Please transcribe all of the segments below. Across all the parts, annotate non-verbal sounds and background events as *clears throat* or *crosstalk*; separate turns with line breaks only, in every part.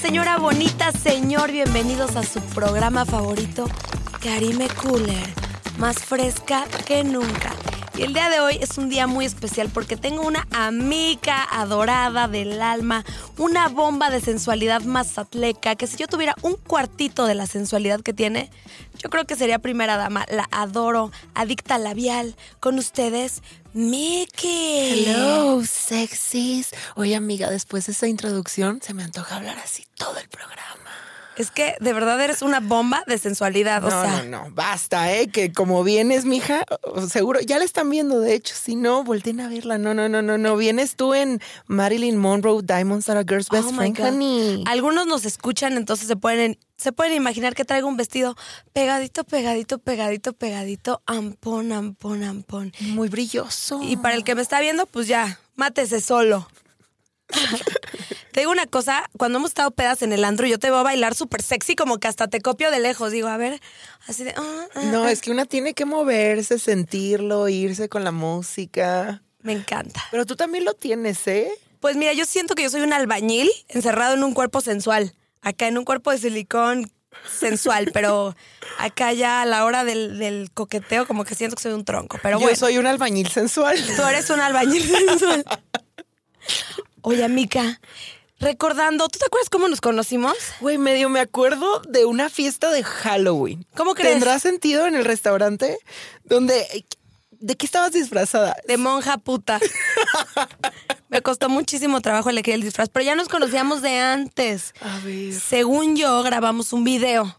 señora bonita, señor, bienvenidos a su programa favorito, Karime Cooler, más fresca que nunca. Y el día de hoy es un día muy especial porque tengo una amiga adorada del alma, una bomba de sensualidad mazatleca, que si yo tuviera un cuartito de la sensualidad que tiene, yo creo que sería primera dama. La adoro, adicta labial, con ustedes, Miki. Eh,
Hello, sexys. Oye, amiga, después de esa introducción se me antoja hablar así todo el programa.
Es que de verdad eres una bomba de sensualidad,
No,
o sea.
no, no, basta, ¿eh? Que como vienes, mija, o- seguro ya la están viendo, de hecho. Si no, volteen a verla. No, no, no, no, no. Vienes tú en Marilyn Monroe, Diamonds Are a Girl's Best
Oh my
Friend,
God.
honey.
Algunos nos escuchan, entonces se pueden, se pueden imaginar que traigo un vestido pegadito, pegadito, pegadito, pegadito, ampón, ampón, ampón.
Muy brilloso.
Y para el que me está viendo, pues ya, mátese solo. *laughs* te digo una cosa, cuando hemos estado pedas en el andro, yo te veo bailar súper sexy, como que hasta te copio de lejos. Digo, a ver, así de... ah, ah,
No,
ah.
es que una tiene que moverse, sentirlo, irse con la música.
Me encanta.
Pero tú también lo tienes, ¿eh?
Pues mira, yo siento que yo soy un albañil encerrado en un cuerpo sensual. Acá en un cuerpo de silicón sensual, pero acá ya a la hora del, del coqueteo como que siento que soy un tronco. Pero
Yo
bueno,
soy un albañil
*laughs*
sensual.
tú eres un albañil *laughs* sensual. Oye, Mica, recordando, ¿tú te acuerdas cómo nos conocimos?
Güey, medio me acuerdo de una fiesta de Halloween.
¿Cómo crees?
¿Tendrá sentido en el restaurante? Donde. ¿De qué estabas disfrazada?
De monja
*laughs*
puta. Me costó muchísimo trabajo elegir el disfraz, pero ya nos conocíamos de antes.
A ver.
Según yo, grabamos un video.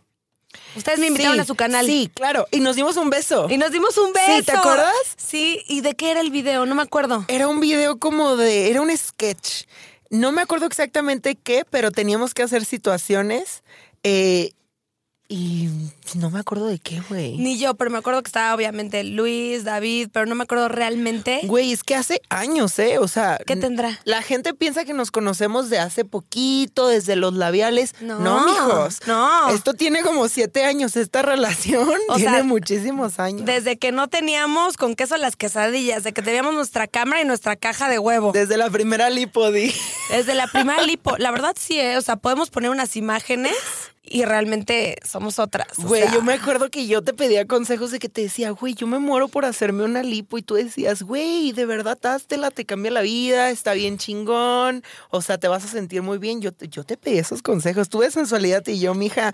Ustedes me invitaron
Sí,
a su canal.
Sí, claro. Y nos dimos un beso.
Y nos dimos un beso.
Oh. Sí, ¿te acuerdas?
Sí, ¿y de qué era el video? No me acuerdo.
Era un video como de. Era un sketch. No me acuerdo exactamente qué, pero teníamos que hacer situaciones. eh, y no me acuerdo de qué, güey.
Ni yo, pero me acuerdo que estaba obviamente Luis, David, pero no me acuerdo realmente
Güey, es que hace años, ¿eh? O sea.
qué tendrá.
La gente piensa que nos conocemos de hace poquito, desde los labiales.
No,
No, mijos.
no.
Esto tiene como siete años, esta *laughs* relación.
O
tiene
sea,
muchísimos años.
Desde que no teníamos con queso las quesadillas, de que teníamos nuestra cámara y nuestra caja de huevo.
desde la primera lipodi.
Desde la primera lipo. La verdad sí, ¿eh? o sea, podemos poner unas imágenes y realmente somos otras. Pues, o
Güey,
sea,
yo me acuerdo que yo te pedía consejos de que te decía, güey, yo me muero por hacerme una lipo. Y tú decías, güey, de verdad, háztela, te cambia la vida, está bien chingón. O sea, te vas a sentir muy bien. Yo, te- yo te pedí esos consejos. Tú de sensualidad y yo, mija,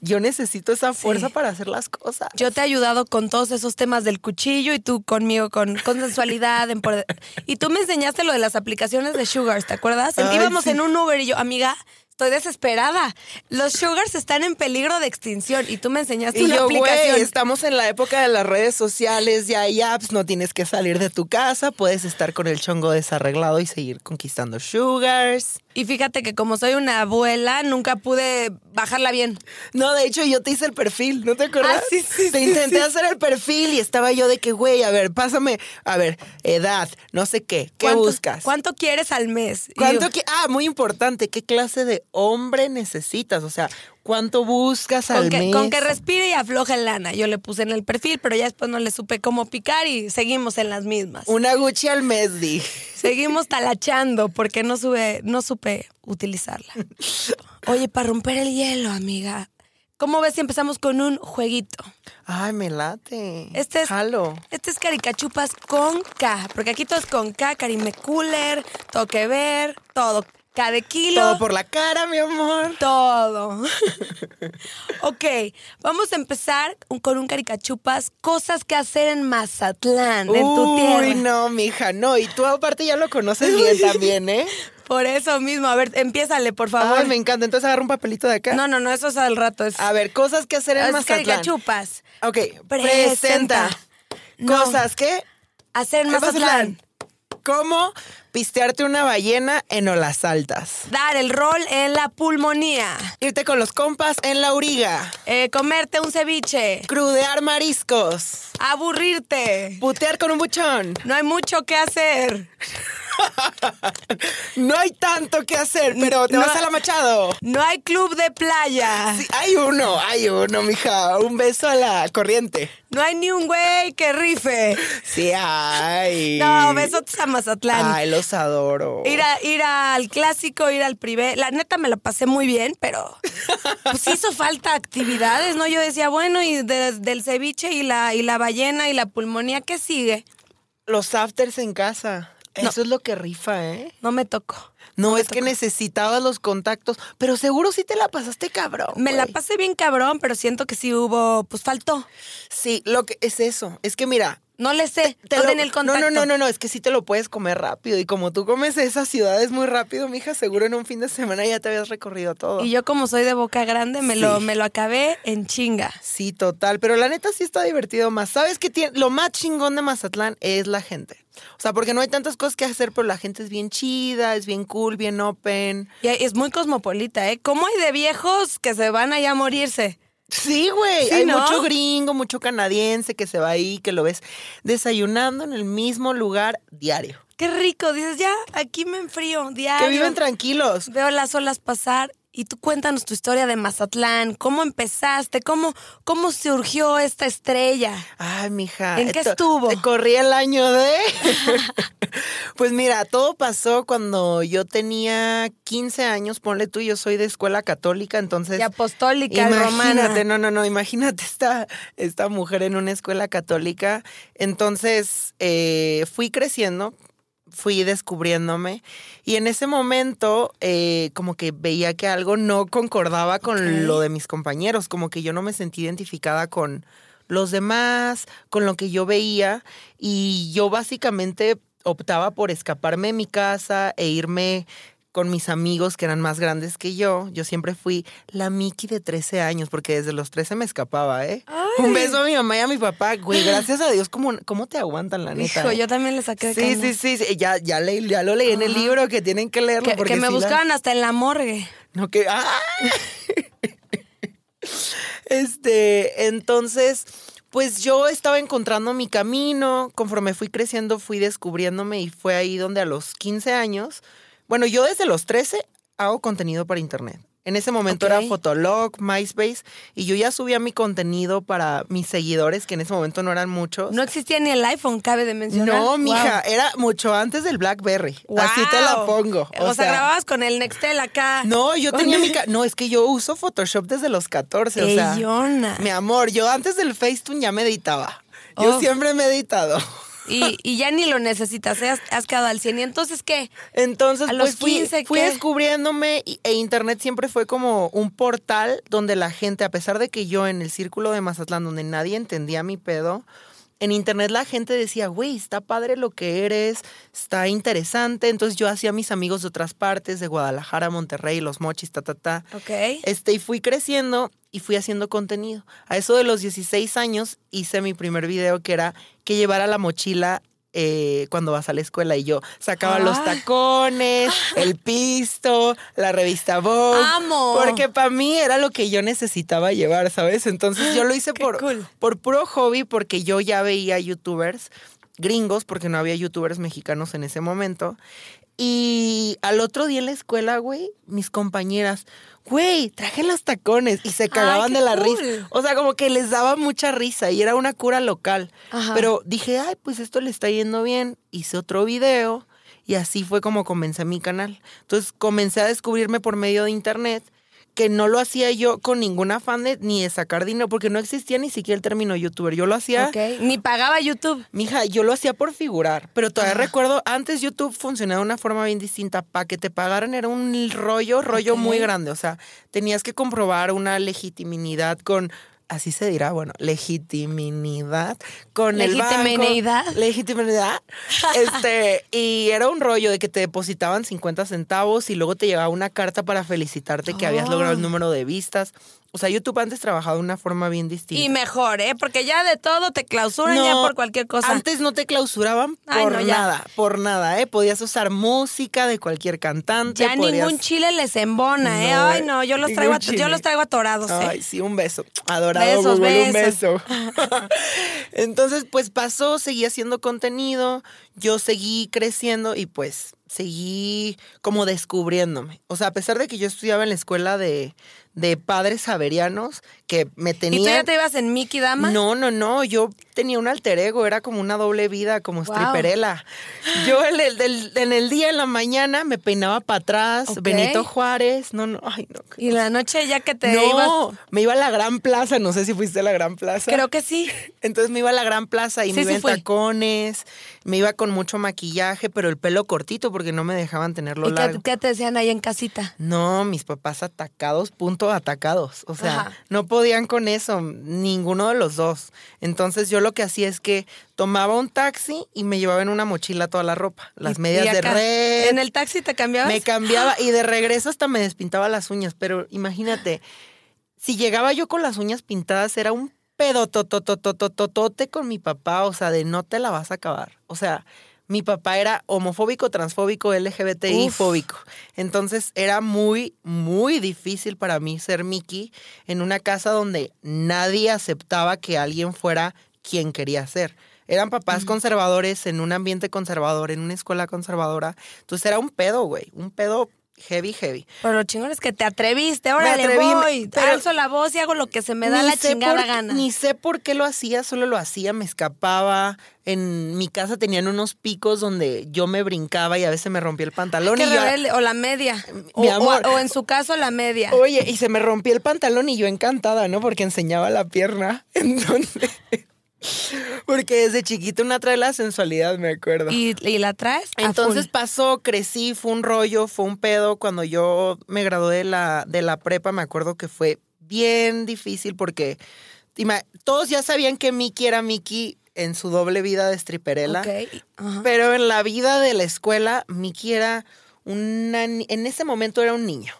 yo necesito esa fuerza para hacer las cosas.
Yo te he ayudado con todos esos temas del cuchillo y tú conmigo con, con sensualidad. empode- Y tú me enseñaste lo de las aplicaciones de Sugars, ¿te acuerdas? En-
Ay,
Íbamos
sí.
en un Uber y yo, amiga, estoy desesperada. Los Sugars están en peligro de extinción y tú me enseñaste
Y
una
yo,
aplicación.
güey, estamos en la época de las redes sociales, ya hay apps, no tienes que salir de tu casa, puedes estar con el chongo desarreglado y seguir conquistando sugars.
Y fíjate que como soy una abuela, nunca pude bajarla bien.
No, de hecho, yo te hice el perfil, ¿no te acuerdas?
Ah, sí, sí,
Te
sí,
intenté
sí.
hacer el perfil y estaba yo de que, güey, a ver, pásame, a ver, edad, no sé qué, ¿qué
¿Cuánto-
buscas?
¿Cuánto quieres al mes? Y
¿Cuánto
yo,
qui- ah, muy importante, ¿qué clase de hombre necesitas? O sea, ¿cuánto buscas al
con que,
mes?
con que respire y afloje lana. Yo le puse en el perfil, pero ya después no le supe cómo picar y seguimos en las mismas.
Una Gucci al mes, di.
Seguimos talachando porque no, sube, no supe utilizarla. Oye, para romper el hielo, amiga. ¿Cómo ves si empezamos con un jueguito?
Ay, me late.
Este es,
Jalo.
este es Caricachupas con K, porque aquí todo es con K, Karime Cooler, todo que ver, todo, K de kilo.
Todo por la cara, mi amor.
Todo. *laughs* ok, vamos a empezar con un Caricachupas, cosas que hacer en Mazatlán, en tu tierra.
Uy, no, mija, no. Y tú aparte ya
*laughs*
lo conoces bien también, ¿eh?
Por eso mismo, a ver, empiézale, por favor.
Ay, me encanta. Entonces agarra un papelito de acá.
No, no, no, eso es al rato. Es,
A ver, cosas que hacer en
es
Mazatlán.
caricachupas.
Ok,
Presenta.
presenta.
No.
Cosas que...
Hacer
en
Mazatlán.
¿Cómo pistearte una ballena en olas altas?
Dar el rol en la pulmonía.
Irte con los compas en la origa.
Eh, comerte un ceviche.
Crudear mariscos.
Aburrirte.
Putear con un buchón.
No hay mucho que hacer.
No hay tanto que hacer, pero te
No-
vas a la Machado.
No hay club de playa.
Sí, hay uno, hay uno, mija. Un beso a la corriente.
No hay ni un güey que rife.
Sí, hay.
No, besotes a Mazatlán.
Ay, los adoro.
Ir, a- ir al clásico, ir al privé. La neta me la pasé muy bien, pero pues hizo falta actividades, ¿no? Yo decía, bueno, y de- del ceviche y la, y la ballena y la pulmonía, ¿qué sigue?
Los afters en casa. Eso es lo que rifa, ¿eh?
No me tocó.
No, es que necesitabas los contactos, pero seguro sí te la pasaste cabrón.
Me la
güey.
pasé bien cabrón, pero siento que sí hubo, pues faltó.
Sí, lo que es eso. Es que mira,
No le sé,
te
no
lo-
en el contacto.
No, no, no, no, no, es que sí te lo puedes comer rápido. Y como tú comes esas ciudades muy rápido, mija, seguro en un fin de semana ya te habías recorrido todo.
Y yo como soy de boca grande, me, lo,
Sí.
me lo acabé en chinga.
Sí, total. Pero la neta sí está divertido más. ¿Sabes qué tiene? Lo más chingón de Mazatlán es la gente. O sea, porque no hay tantas cosas que hacer, pero la gente es bien chida, es bien cool, bien open.
Y es muy cosmopolita, ¿eh? ¿Cómo hay de viejos que se van allá a morirse?
Sí, güey.
Sí,
hay
¿no?
mucho gringo, mucho canadiense que se va ahí, que lo ves desayunando en el mismo lugar diario.
Qué rico, dices, ya, aquí me enfrío, diario.
Que viven tranquilos.
Veo las olas pasar y tú cuéntanos tu historia de Mazatlán, cómo empezaste, cómo, cómo surgió esta estrella.
Ay, mija.
¿En qué
esto-
estuvo?
te Corrí el año
*laughs*
de. pues mira, todo pasó cuando yo tenía 15 años, ponle tú, yo soy de escuela católica, entonces.
Y apostólica, y
Pues, Imagínate,
romana.
no, no, no, imagínate esta, esta mujer en una escuela católica. Entonces, eh, fui creciendo, fui descubriéndome y en ese momento eh, como que veía que algo no concordaba con
Ok.
lo de mis compañeros, como que yo no me sentí identificada con los demás, con lo que yo veía y yo básicamente optaba por escaparme de mi casa e irme con mis amigos que eran más grandes que yo. Yo siempre fui la Miki de 13 años porque desde los 13 me escapaba, ¿eh?
Ay.
Un beso a mi mamá y a mi papá, güey, gracias a Dios, ¿cómo, cómo te aguantan la neta?
Hijo,
eh?
yo también le saqué de
Sí,
caña.
sí, sí, sí, Ya, ya, leí- ya lo leí en el
Ajá.
libro que tienen que leerlo.
Que,
porque
que me
sí la-
buscaban hasta en la morgue.
No, que. ¡Ah! este, entonces, pues yo estaba encontrando mi camino. Conforme fui creciendo, fui descubriéndome y fue ahí donde a los 15 años. Bueno, yo desde los 13 hago contenido para internet. En ese momento
Ok.
era Fotolog, MySpace, y yo ya subía mi contenido para mis seguidores, que en ese momento no eran muchos.
No existía ni el iPhone, cabe de mencionar.
No,
Wow.
mija, era mucho antes del BlackBerry. Así te la
Wow.
pongo.
O, sea, grababas con el Nextel acá.
no, yo
Con
tenía
el-
mi... ca- No, es que yo uso Photoshop desde los 14, o sea...
Ellona.
Mi amor, yo antes del Facetune ya me editaba. Yo
Oh.
siempre me he editado.
Y, y ya ni lo necesitas, ¿eh? has, has quedado al 100. ¿Y entonces qué?
Entonces,
A los
pues fui-
15,
fui,
¿qué?
descubriéndome y- e Internet siempre fue como un portal donde la gente, a pesar de que yo en el círculo de Mazatlán, donde nadie entendía mi pedo, en Internet la gente decía, güey, está padre lo que eres, está interesante. Entonces yo hacía mis amigos de otras partes, de Guadalajara, Monterrey, Los Mochis, ta, ta, ta.
Ok.
Este, y fui creciendo y fui haciendo contenido. A eso de los 16 años hice mi primer video que era que llevara la mochila eh, cuando vas a la escuela y yo sacaba los
Ah.
tacones, el pisto, la revista Vogue.
¡Amo!
Porque para mí era lo que yo necesitaba llevar, ¿sabes?
*gasps*
Entonces yo lo hice
¡Qué
por,
cool!
por puro hobby porque yo ya veía youtubers gringos porque no había youtubers mexicanos en ese momento. Y al otro día en la escuela, güey, mis compañeras, güey, traje los tacones y se cagaban
qué
de la
cool.
risa. O sea, como que les daba mucha risa y era una cura local.
Ajá.
Pero dije, ay, pues esto le está yendo bien. Hice otro video y así fue como comencé mi canal. Entonces comencé a descubrirme por medio de internet que no lo hacía yo con ningún afán de, ni de sacar dinero, porque no existía ni siquiera el término youtuber. Yo lo hacía
Ok. Ni pagaba YouTube.
Mija, yo lo hacía por figurar, pero
Ah.
todavía recuerdo, antes YouTube funcionaba de una forma bien distinta. Para que te pagaran era un rollo, rollo
Ok.
muy grande. O sea, tenías que comprobar una legitimidad con, así se dirá, bueno, legitimidad con el
Legitimenidad.
banco. Legitimidad.
*laughs*
Este, y era un rollo de que te depositaban 50 centavos y luego te llegaba una carta para felicitarte que habías
Oh.
logrado el número de vistas. O sea, YouTube antes trabajaba de una forma bien distinta.
Y mejor, ¿eh? Porque ya de todo te clausuran ya por cualquier cosa.
Antes no te clausuraban por
Ay, no, ya.
nada, por nada, ¿eh? Podías usar música de cualquier cantante.
ya
podías-
ningún chile les embona, ¿eh?
No,
Ay, no, yo los
ningún
traigo, at-
chile.
yo los traigo atorados, ¿eh?
Ay, sí, un beso. Adorado
Besos,
Google, un beso.
besos.
*laughs*
*laughs*
Entonces, pues pasó, seguí haciendo contenido, yo seguí creciendo y pues seguí como descubriéndome. O sea, a pesar de que yo estudiaba en la escuela de, de padres saverianos que me
¿Y tú ya
tenían...
te ibas en Mickey Dama?
No, no, no, yo tenía un alter ego, era como una doble vida, como
Wow.
stripperela. Yo en el, del- en el día, en la mañana, me peinaba para atrás,
Ok.
Benito Juárez, no, no, ay, no. qué
Y la noche ya que te ibas,
no, me iba a la Gran Plaza, no sé si fuiste a la Gran Plaza.
creo que sí.
Entonces me iba a la Gran Plaza y
Sí,
me
sí
iba en
fui.
tacones, me iba con mucho maquillaje, pero el pelo cortito porque no me dejaban tenerlo
¿Y qué,
largo.
qué te decían ahí en casita?
No, mis papás atacados, punto atacados. O sea,
Ajá.
no podían con eso, ninguno de los dos. Entonces yo lo que hacía es que tomaba un taxi y me llevaba en una mochila toda la ropa, las
Y-
medias
y
de
acá,
red.
¿En el taxi te cambiabas? *laughs*
Me cambiaba y de regreso hasta me despintaba las uñas, pero imagínate, si llegaba yo con las uñas pintadas era un pedo totototototote con mi papá, o sea, de no te la vas a acabar. O sea, mi papá era homofóbico, transfóbico, LGBTI
Uf.
fóbico. Entonces era muy, muy difícil para mí ser Mickey en una casa donde nadie aceptaba que alguien fuera quien quería ser. Eran papás conservadores en un ambiente conservador, en una escuela conservadora. Entonces era un pedo, güey, un pedo heavy, heavy.
Pero lo chingón es que te atreviste, ahora le
atreví,
voy.
pero-
Alzo la voz y hago lo que se me da
Ni
la
sé
chingada
por-
gana.
Ni sé por qué lo hacía, solo lo hacía, me escapaba. En mi casa tenían unos picos donde yo me brincaba y a veces me rompía el pantalón.
Qué
y yo-
rebelde, o la media.
Mi
o,
amor.
o- o en su caso, la media.
Oye, y se me rompía el pantalón y yo encantada, ¿no? Porque enseñaba la pierna. *laughs* Entonces. Porque desde chiquita una trae la sensualidad, me acuerdo.
¿Y, y la traes? a
Entonces
full.
pasó, crecí, fue un rollo, fue un pedo. Cuando yo me gradué de la, de la prepa, me acuerdo que fue bien difícil porque ima- todos ya sabían que Mickey era Mickey en su doble vida de striperela.
Ok, ajá.
Pero en la vida de la escuela, Mickey era una. ni- En ese momento era un niño.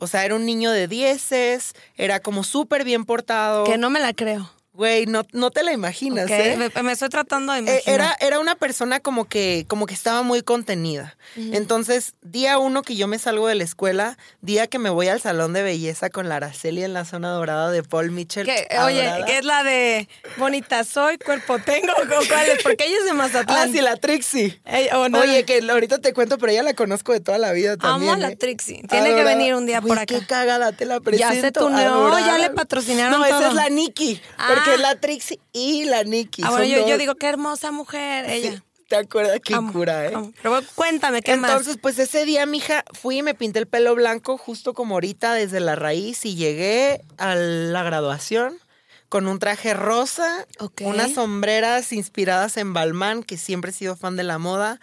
O sea, era un niño de dieces, era como súper bien portado.
Que no me la creo.
Güey, no, no te la imaginas,
ok,
¿eh?
me, me estoy tratando de
Eh,
imaginar.
Era, era una persona como que, como que estaba muy contenida. Entonces, día uno que yo me salgo de la escuela, día que me voy al salón de belleza con la Araceli en la zona dorada de Paul Mitchell.
Que, oye,
adorada.
que es la de bonita soy, cuerpo tengo, *laughs* ¿o ¿cuál es? Porque ella es de
Ah,
Mazatlán.
sí, la Trixie.
Ey, o no,
Oye, que ahorita te cuento, pero ella la conozco de toda la vida
Amo
también.
a la
¿eh?
Trixie. Tiene que
Adorada.
venir un día
Güey,
por acá.
qué cagada, te la
Ya
presento.
se tuneó,
adorada.
ya le patrocinaron
No, esa
todo.
es la Nikki, porque
Ah.
es la Trixie y la Nikki.
Ah, bueno,
son
yo, yo
dos.
digo, qué hermosa mujer
Sí,
ella.
¿Te acuerdas? Qué
Amo,
cura, eh?
amo. Pero bueno, cuéntame, ¿qué
Entonces, pues ese día, mija, fui y me pinté el pelo blanco justo como ahorita desde la raíz y llegué a la graduación con un traje rosa,
Ok.
unas sombreras inspiradas en Balmain, que siempre he sido fan de la moda.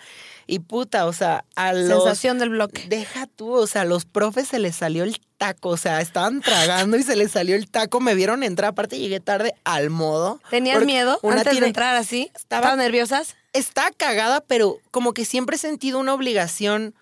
Y puta, o sea, a
más?
los...
Sensación del bloque.
Deja tú, o sea, a los profes se les salió el taco, o sea, estaban tragando y se les salió el taco, me vieron entrar, aparte llegué tarde al modo.
¿Tenías
porque
miedo
una
antes de
tiene-
entrar así?
estaba-
¿Estabas nerviosas?
está cagada, pero como que siempre he sentido una obligación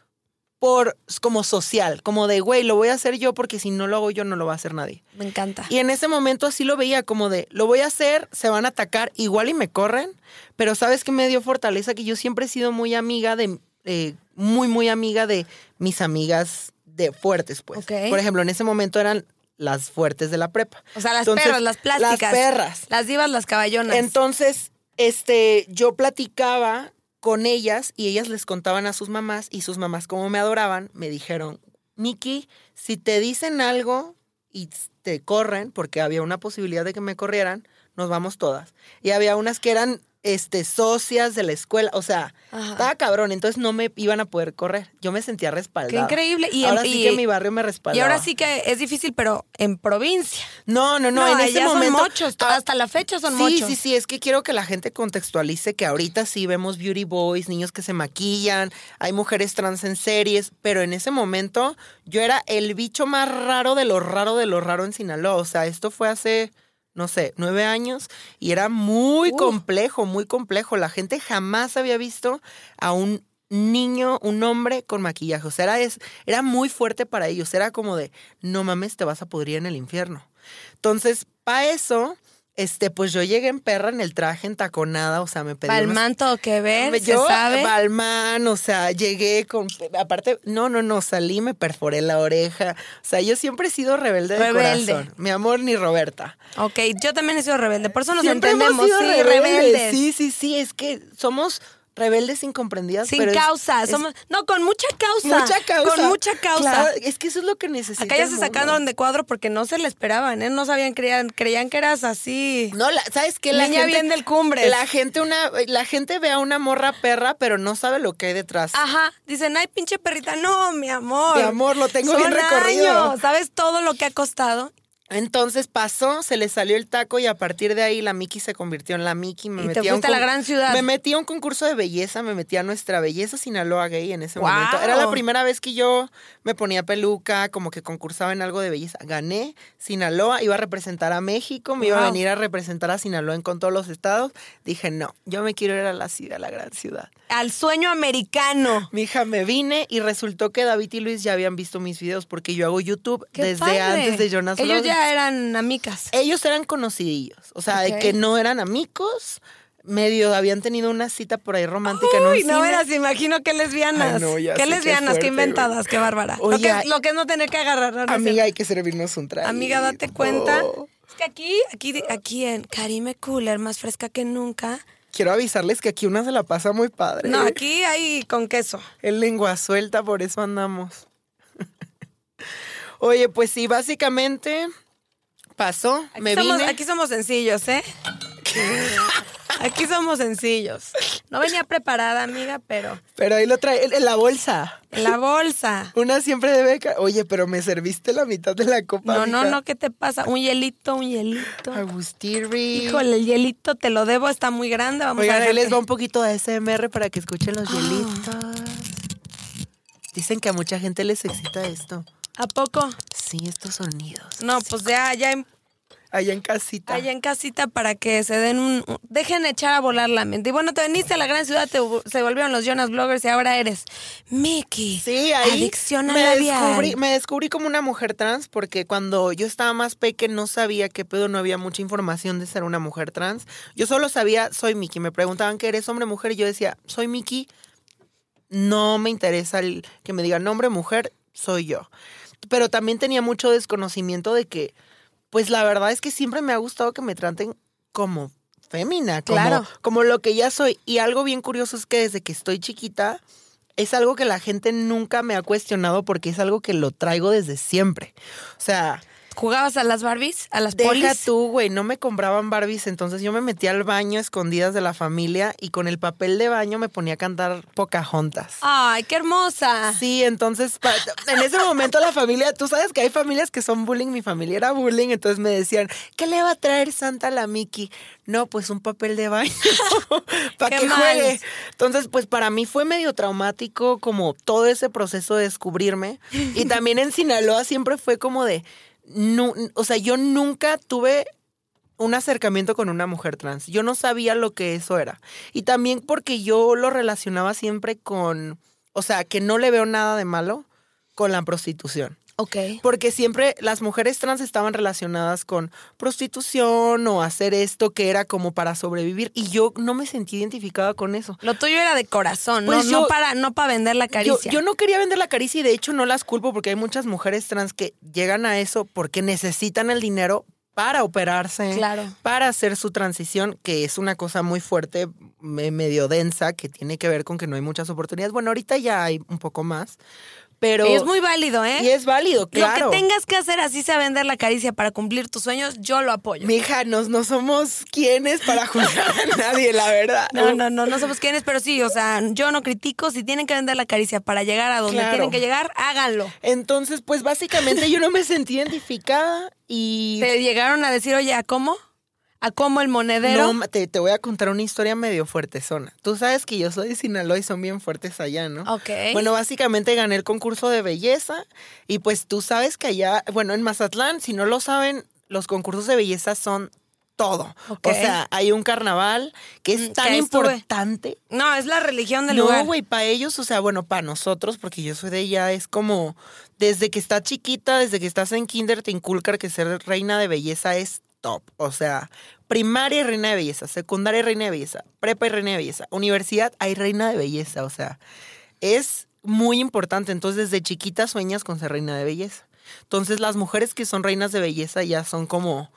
por como social, como de, güey, lo voy a hacer yo porque si no lo hago yo no lo va a hacer nadie.
Me encanta.
Y en ese momento así lo veía como de, lo voy a hacer, se van a atacar, igual y me corren, pero sabes que me dio fortaleza que yo siempre he sido muy amiga de, eh, muy, muy amiga de mis amigas de fuertes, pues.
Ok.
Por ejemplo, en ese momento eran las fuertes de la prepa.
O sea, las
Entonces,
perras, las plásticas.
Las perras.
Las divas, las caballonas.
Entonces, este, yo platicaba con ellas y ellas les contaban a sus mamás y sus mamás como me adoraban, me dijeron, Nikki, si te dicen algo y te corren, porque había una posibilidad de que me corrieran, nos vamos todas. Y había unas que eran este, socias de la escuela, o sea,
Ajá.
estaba cabrón, entonces no me iban a poder correr. Yo me sentía
Qué
respaldada.
increíble. Y, en-
Ahora sí
y-
que mi barrio me respaldaba.
y ahora sí que es difícil, pero en provincia.
No, no, no, en ese
allá
momento ah,
son mochos. Hasta la fecha son
sí,
mochos.
sí, sí, es que quiero que la gente contextualice que ahorita sí vemos beauty boys, niños que se maquillan, hay mujeres trans en series, pero en ese momento yo era el bicho más raro de lo raro de lo raro en Sinaloa. O sea, esto fue hace, no sé, nueve años y era muy
Uh.
complejo, muy complejo. La gente jamás había visto a un niño, un hombre con maquillaje. O sea, era, es- era muy fuerte para ellos. Era como de, no mames, te vas a pudrir en el infierno. Entonces, para eso, este, pues yo llegué en perra en el traje, en taconada, o sea, me pedí. unas-
Palmán todo que ver, se
yo,
sabe.
Balmán, o sea, llegué con. Aparte, no, no, no, salí, me perforé la oreja. O sea, yo siempre he sido rebelde de
Rebelde.
corazón. Mi amor, ni Roberta.
Ok, yo también he sido rebelde, por eso nos
siempre
entendemos.
hemos sido
sí,
rebeldes.
rebeldes.
Sí, sí, sí, es que somos rebeldes incomprendidas.
Sin
pero es-
causa.
es
somos- no, con mucha causa.
Mucha causa.
Con mucha causa.
Claro, es que eso es lo que necesitamos.
Acá ya se sacaron de cuadro porque no se le esperaban, ¿eh? No sabían, creían, creían que eras así.
No, la- ¿sabes qué? La
Niña
gente,
bien del Cumbres.
La gente, una, la gente ve a una morra perra, pero no sabe lo que hay detrás.
Ajá, dicen, ay, pinche perrita, no, mi amor.
Mi amor, lo tengo
Son
bien recorrido.
años, ¿Sabes todo lo que ha costado?
Entonces pasó, se le salió el taco y a partir de ahí la Miki se convirtió en la Miki. Me
Y te
metí un
fuiste a la
con-
gran ciudad.
Me metí a un concurso de belleza, me metí a Nuestra Belleza Sinaloa Gay en ese
¡Guau!
momento. Era la primera vez que yo me ponía peluca, como que concursaba en algo de belleza. Gané Sinaloa, iba a representar a México, me iba a
¡Guau!
venir a representar a Sinaloa en con todos los estados. Dije, no, yo me quiero ir a la ciudad, a la gran ciudad.
Al sueño americano.
Mi hija, me vine y resultó que David y Luis ya habían visto mis videos porque yo hago YouTube
¡Qué
desde
padre!
antes de Jonas
Ellos
Brothers
ya eran amigas.
ellos eran conocidillos, o sea, de
Ok.
que no eran amigos, medio habían tenido una cita por ahí romántica en un
Uy, no
cine.
verás, imagino que lesbianas.
Ay, no, ya
qué
sé, qué
lesbianas, qué,
fuerte, güey.
inventadas, qué bárbara. lo,
Oye,
que es, lo que es no tener que agarrar. no, no es
Amiga, hay que servirnos un trago.
Amiga, date cuenta. Es que aquí, aquí, aquí en Karime Cooler, más fresca que nunca.
Quiero avisarles que aquí una se la pasa muy padre.
No, aquí hay con queso.
Es lengua suelta, por eso andamos. *laughs* Oye, pues sí, básicamente pasó,
Aquí,
me
somos,
vine.
aquí somos sencillos, ¿eh? *laughs* aquí somos sencillos. No venía preparada, amiga, pero
Pero ahí lo trae en en la bolsa.
en la bolsa.
Una siempre debe... ca- Oye, pero me serviste la mitad de la copa.
No, no,
mija.
no, ¿qué te pasa? Un hielito, un hielito.
Agustirri.
Híjole, el hielito te lo debo, está muy grande. Vamos a Ah.
Oigan, ahí
dejar
les
que-
va un poquito de ASMR para que escuchen los hielitos. Dicen que a mucha gente les excita esto.
¿A poco?
Sí, estos sonidos.
No, pues ya, ya en-
Allá en casita.
allá en casita para que se den un, un- dejen echar a volar la mente. Y bueno, te veniste a la gran ciudad, te vu- se volvieron los Jonas Bloggers y ahora eres Mickey.
Sí, ahí
Adicción a
me
labial.
descubrí, me descubrí como una mujer trans porque cuando yo estaba más peque no sabía qué pedo, no había mucha información de ser una mujer trans. Yo solo sabía, soy Miki. Me preguntaban que eres hombre mujer y yo decía, soy Miki. No me interesa el que me digan hombre mujer, soy yo. Pero también tenía mucho desconocimiento de que, pues la verdad es que siempre me ha gustado que me traten como fémina, como,
Claro.
como lo que ya soy. Y algo bien curioso es que desde que estoy chiquita, es algo que la gente nunca me ha cuestionado porque es algo que lo traigo desde siempre. O sea,
¿Jugabas a las Barbies? ¿A las
deja
polis?
tú, güey, no me compraban Barbies, entonces yo me metía al baño a escondidas de la familia y con el papel de baño me ponía a cantar Pocahontas.
¡Ay, qué hermosa!
Sí, entonces pa- en ese momento la familia, tú sabes que hay familias que son bullying, mi familia era bullying, entonces me decían, ¿qué le va a traer Santa a la Mickey? No, pues un papel de baño para
Qué
que
mal.
juegue. Entonces, pues para mí fue medio traumático como todo ese proceso de descubrirme
*laughs*
y también en Sinaloa siempre fue como de, nu- o sea, yo nunca tuve un acercamiento con una mujer trans. Yo no sabía lo que eso era. Y también porque yo lo relacionaba siempre con, o sea, que no le veo nada de malo con la prostitución.
Ok.
Porque siempre las mujeres trans estaban relacionadas con prostitución o hacer esto que era como para sobrevivir. Y yo no me sentí identificada con eso.
Lo tuyo era de corazón,
Pues
no,
yo-
no para no para vender la
Yo,
caricia.
yo no quería vender la caricia y de hecho no las culpo porque hay muchas mujeres trans que llegan a eso porque necesitan el dinero para operarse,
Eh, Claro.
para hacer su transición, que es una cosa muy fuerte, me- medio densa, que tiene que ver con que no hay muchas oportunidades. Bueno, ahorita ya hay un poco más, pero...
Y es muy válido, ¿eh?
y es válido, claro.
Lo que tengas que hacer, así sea vender la caricia para cumplir tus sueños, yo lo apoyo.
Mija, nos, no somos quienes para juzgar a nadie, la verdad.
No, no, no, no somos quiénes, pero sí, o sea, yo no critico. Si tienen que vender la caricia para llegar a donde
Claro.
tienen que llegar, háganlo.
Entonces, pues básicamente yo no me sentí identificada y...
Te llegaron a decir, oye, ¿a cómo? ¿A cómo el monedero?
No, ma- te, te voy a contar una historia medio fuertezona. Tú sabes que yo soy de Sinaloa y son bien fuertes allá, ¿no?
ok.
Bueno, básicamente gané el concurso de belleza y pues tú sabes que allá, bueno, en Mazatlán, si no lo saben, los concursos de belleza son todo.
Ok.
O sea, hay un carnaval que
Mm,
es tan
que estuve.
importante.
No, es la religión del lugar.
No, güey, para ellos, o sea, bueno, para nosotros, porque yo soy de ella, es como desde que está chiquita, desde que estás en kinder, te inculcar que ser reina de belleza es top. O sea, primaria y reina de belleza, secundaria y reina de belleza, prepa y reina de belleza, universidad hay reina de belleza. O sea, es muy importante. Entonces, desde chiquita sueñas con ser reina de belleza. Entonces, las mujeres que son reinas de belleza ya son como,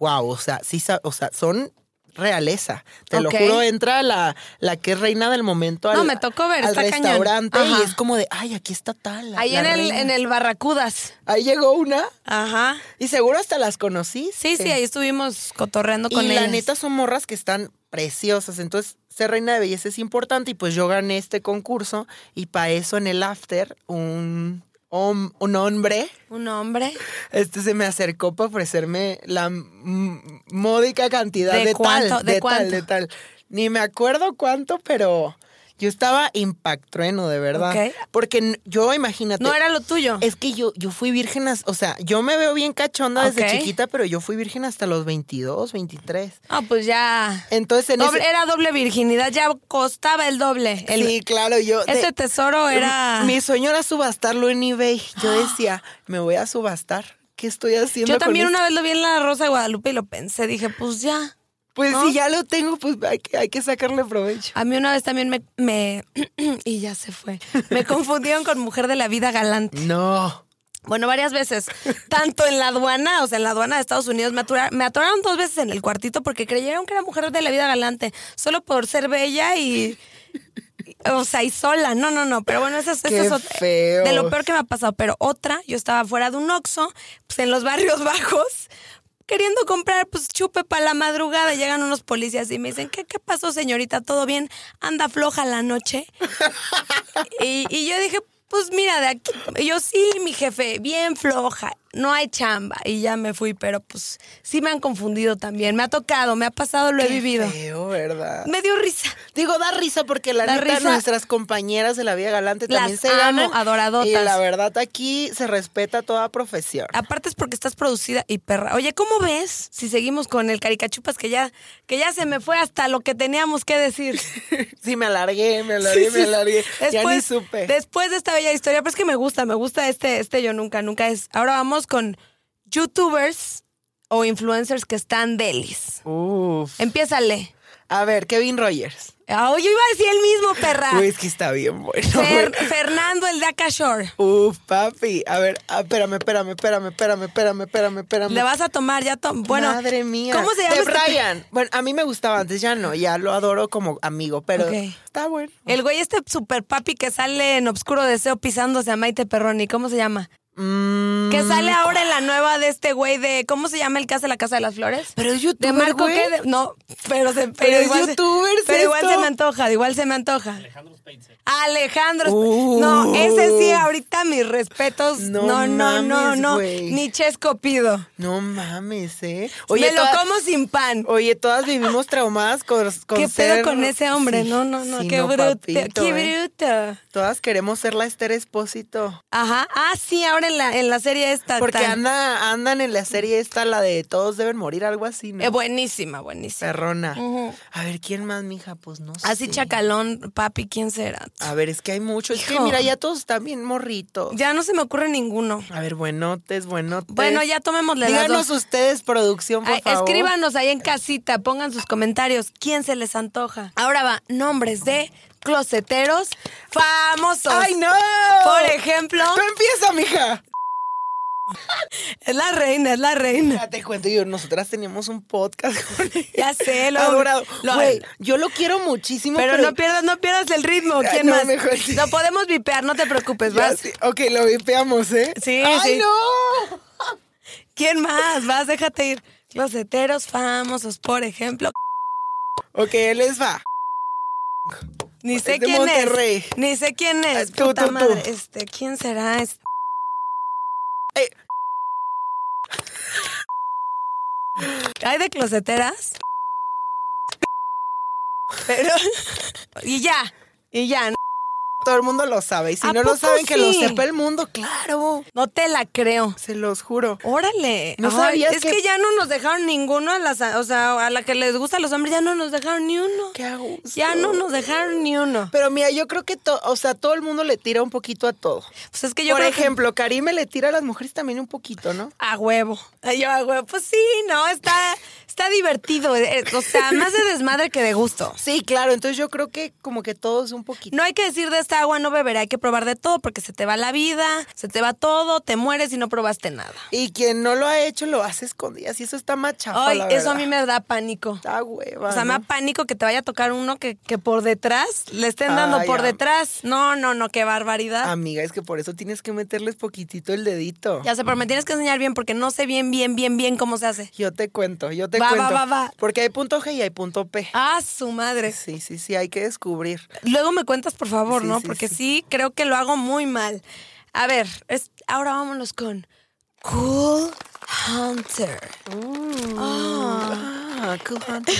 wow, o sea, sí, sa- o sea, son realeza. Te
Ok.
lo juro, entra la, la que es reina del momento al,
No, me tocó ver,
al
está cañón.
restaurante
Ajá.
y es como de, ay, aquí está tal. la-
Ahí
la
en el,
reina".
en el Barracudas.
Ahí llegó una
Ajá.
y seguro hasta las conocí.
Sí, sí, ahí estuvimos cotorreando
Y
con
la
ellas.
neta son morras que están preciosas. Entonces, ser reina de belleza es importante. Y pues yo gané este concurso. Y para eso en el after, un, hom- un hombre
Un hombre.
este se me acercó para ofrecerme la m- módica cantidad
¿De
de,
cuánto?
tal,
¿De
de,
cuánto?
tal, de tal. Ni me acuerdo cuánto, pero yo estaba impactrueno, de verdad.
Ok.
Porque n- yo, imagínate.
No era lo tuyo.
Es que yo, yo fui virgen, as- o sea, yo me veo bien cachonda
Ok.
desde chiquita, pero yo fui virgen hasta los 22, 23.
Ah, pues ya.
Entonces, en
Doble-
ese-
Era doble virginidad, ya costaba el doble. El-
sí, claro, yo... de-
Ese tesoro era.
Mi sueño era subastarlo en eBay.
*gasps*
Yo decía, me voy a subastar. ¿Qué estoy haciendo
Yo
con
también
esto?
una vez lo vi en la Rosa de Guadalupe y lo pensé. Dije, pues ya.
Pues
¿no?
si ya lo tengo, pues hay que, hay que sacarle provecho.
A mí una vez también me. me *clears throat* y ya se fue. Me *laughs* confundieron con mujer de la vida galante.
No.
Bueno, varias veces. Tanto en la aduana, o sea, en la aduana de Estados Unidos, me, atura- me atoraron dos veces en el cuartito porque creyeron que era mujer de la vida galante, solo por ser bella y. y- O sea, y sola. No, no, no. Pero bueno, eso, es- eso
Qué
es ot-
feos.
de lo peor que me ha pasado. Pero otra, yo estaba fuera de un Oxxo, pues en los barrios *laughs* bajos, queriendo comprar, pues chupe para la madrugada. Llegan unos policías y me dicen, ¿qué, qué pasó, señorita? ¿Todo bien? ¿Anda floja la noche? Y, y yo dije, pues mira, de aquí. Y yo, sí, mi jefe, bien floja, no hay chamba. Y ya me fui, pero pues sí me han confundido también. Me ha tocado, me ha pasado, lo he vivido.
Feo, ¿verdad?
Me dio risa.
Digo, da risa porque la
Da
neta
risa.
nuestras compañeras de la vida galante
Las
también se
amo,
ganan.
adoradotas. Ah.
Y la verdad aquí se respeta toda profesión.
Aparte es porque estás producida y perra. Oye, ¿cómo ves si seguimos con el caricachupas que ya, que ya se me fue hasta lo que teníamos que decir?
Sí, me alargué, me alargué, me alargué. *laughs* ya ni supe.
después de esta bella historia, pero es que me gusta, me gusta este, este yo nunca, nunca es. Ahora vamos con youtubers o influencers que están delis.
Uf.
Empiézale.
A ver, Kevin Rogers.
Ah, Oye, iba a decir el mismo,
*laughs*
perra.
Uy, es que está bien bueno.
Ah. Fer-
güey.
Fernando, el de Akashore.
Uf, papi. A ver, ah, espérame, espérame, espérame, espérame, espérame, espérame, espérame.
Le vas a tomar ya. tom- bueno,
Madre mía.
¿Cómo se llama?
De
este pe-
Brian. Bueno, a mí me gustaba antes, ya no, ya lo adoro como amigo, pero
Ok.
está bueno.
El güey este super papi que sale en Obscuro Deseo pisándose a Maite Perroni, ¿cómo se llama?
Mm,
Que sale ahora en la nueva de este güey de, ¿cómo se llama el que hace la Casa de las Flores?
Pero es
de
youtuber,
Marco
güey.
que de- no, pero se pero,
es
igual se-
youtuber,
pero igual
esto.
se me antoja, igual se me antoja. Alejandro Spitzer. Alejandro Sp-
Uh.
No, ese sí ahorita mis respetos. No,
No
no, no,
mames,
no.
güey.
Ni Chesco pido.
No mames, ¿eh?
me lo
toda-
como sin pan.
Oye, todas vivimos traumadas con, con
¿Qué
ser-
pedo con ese hombre?
Sí,
no, no, no,
sí,
qué bruto,
papito,
qué
¿eh?
bruto.
Todas queremos ser la Esther Espósito.
Ajá, ah, sí, ahora en la, en la serie esta.
Porque
tan-
anda, andan en la serie esta, la de todos deben morir, algo así, ¿no?
Eh, buenísima, buenísima.
Perrona.
Ujú.
A ver, ¿quién más, mija? Pues no sé.
Así chacalón, papi, ¿quién será?
A ver, es que hay mucho. Es que
Hijo.
mira, ya todos están bien morritos.
Ya no se me ocurre ninguno.
A ver, buenotes, buenotes.
Bueno, ya tomémosle las
Pues, Díganos
dos.
ustedes, producción, por
Ay,
favor.
escríbanos ahí en casita, pongan sus comentarios, quién se les antoja. Ahora va, nombres de closeteros famosos.
¡Ay, no!
Por ejemplo,
¡Tú empieza, mija!
es la reina, es la reina.
Ya te cuento, yo, nosotras teníamos un podcast con él.
Ya sé, *laughs* lo
Adorado.
lo-
Güey, yo lo quiero muchísimo,
pero
pero...
no pierdas, no pierdas el ritmo.
Ya,
¿Quién
no,
más?
mejor sí.
No podemos vipear, no te preocupes,
Ya
vas.
sí. Ok, lo vipeamos, ¿eh?
Sí,
¡Ay,
sí.
no!
¿Quién más? Vas, déjate ir. Closeteros famosos, por ejemplo.
Ok, él les va.
Ni sé
Es de
quién
Monterrey.
es. Ni sé quién es.
Ah, tú,
Puta
tú, tú.
madre. Este, ¿quién será? Este?
Eh.
¿Hay de closeteras? *laughs* Pero. Y ya. Y ya. ¿no?
todo el mundo lo sabe. Y si
¿A
no lo
poco
saben, que lo
sí?
sepa el mundo, claro.
No te la creo.
Se los juro.
Órale.
¿No
Ay,
sabías
es que...
que-
ya no nos dejaron ninguno a las, o sea, a la que les gusta a los hombres ya no nos dejaron ni uno.
Qué a gusto.
Ya no nos dejaron ni uno.
Pero mira, yo creo que, to- o sea, todo el mundo le tira un poquito a todo.
Pues es que yo
Por
creo que-
ejemplo, Karime le tira a las mujeres también un poquito, ¿no?
A huevo. Ay, Yo a huevo. Pues sí, no, está, está divertido. Eh, O sea, más de desmadre que de gusto.
Sí, claro. Entonces yo creo que como que todos un poquito.
No hay que decir de esta agua no beberé, hay que probar de todo porque se te va la vida, se te va todo, te mueres y no probaste nada.
Y quien no lo ha hecho lo hace escondidas. Y eso está más chafa,
Ay,
la
eso a
verdad.
mí me da pánico.
Está hueva.
O sea, me da
¿no?
pánico que te vaya a tocar uno que, que por detrás le estén dando
Ay,
por
am-
detrás. No, no, no, qué barbaridad.
Amiga, es que por eso tienes que meterles poquitito el dedito.
Ya sé, pero me tienes que enseñar bien porque no sé bien, bien, bien, bien cómo se hace.
Yo te cuento, yo te
Va, va,
cuento.
va, va.
Porque hay punto G y hay punto P.
Ah, su madre.
Sí, sí, sí, hay que descubrir.
Luego me cuentas, por favor,
Sí,
¿no?
sí,
Porque
sí.
sí. creo que lo hago muy mal. A ver, es, ahora vámonos con Cool Hunter.
Uh. Ah, cool hunter.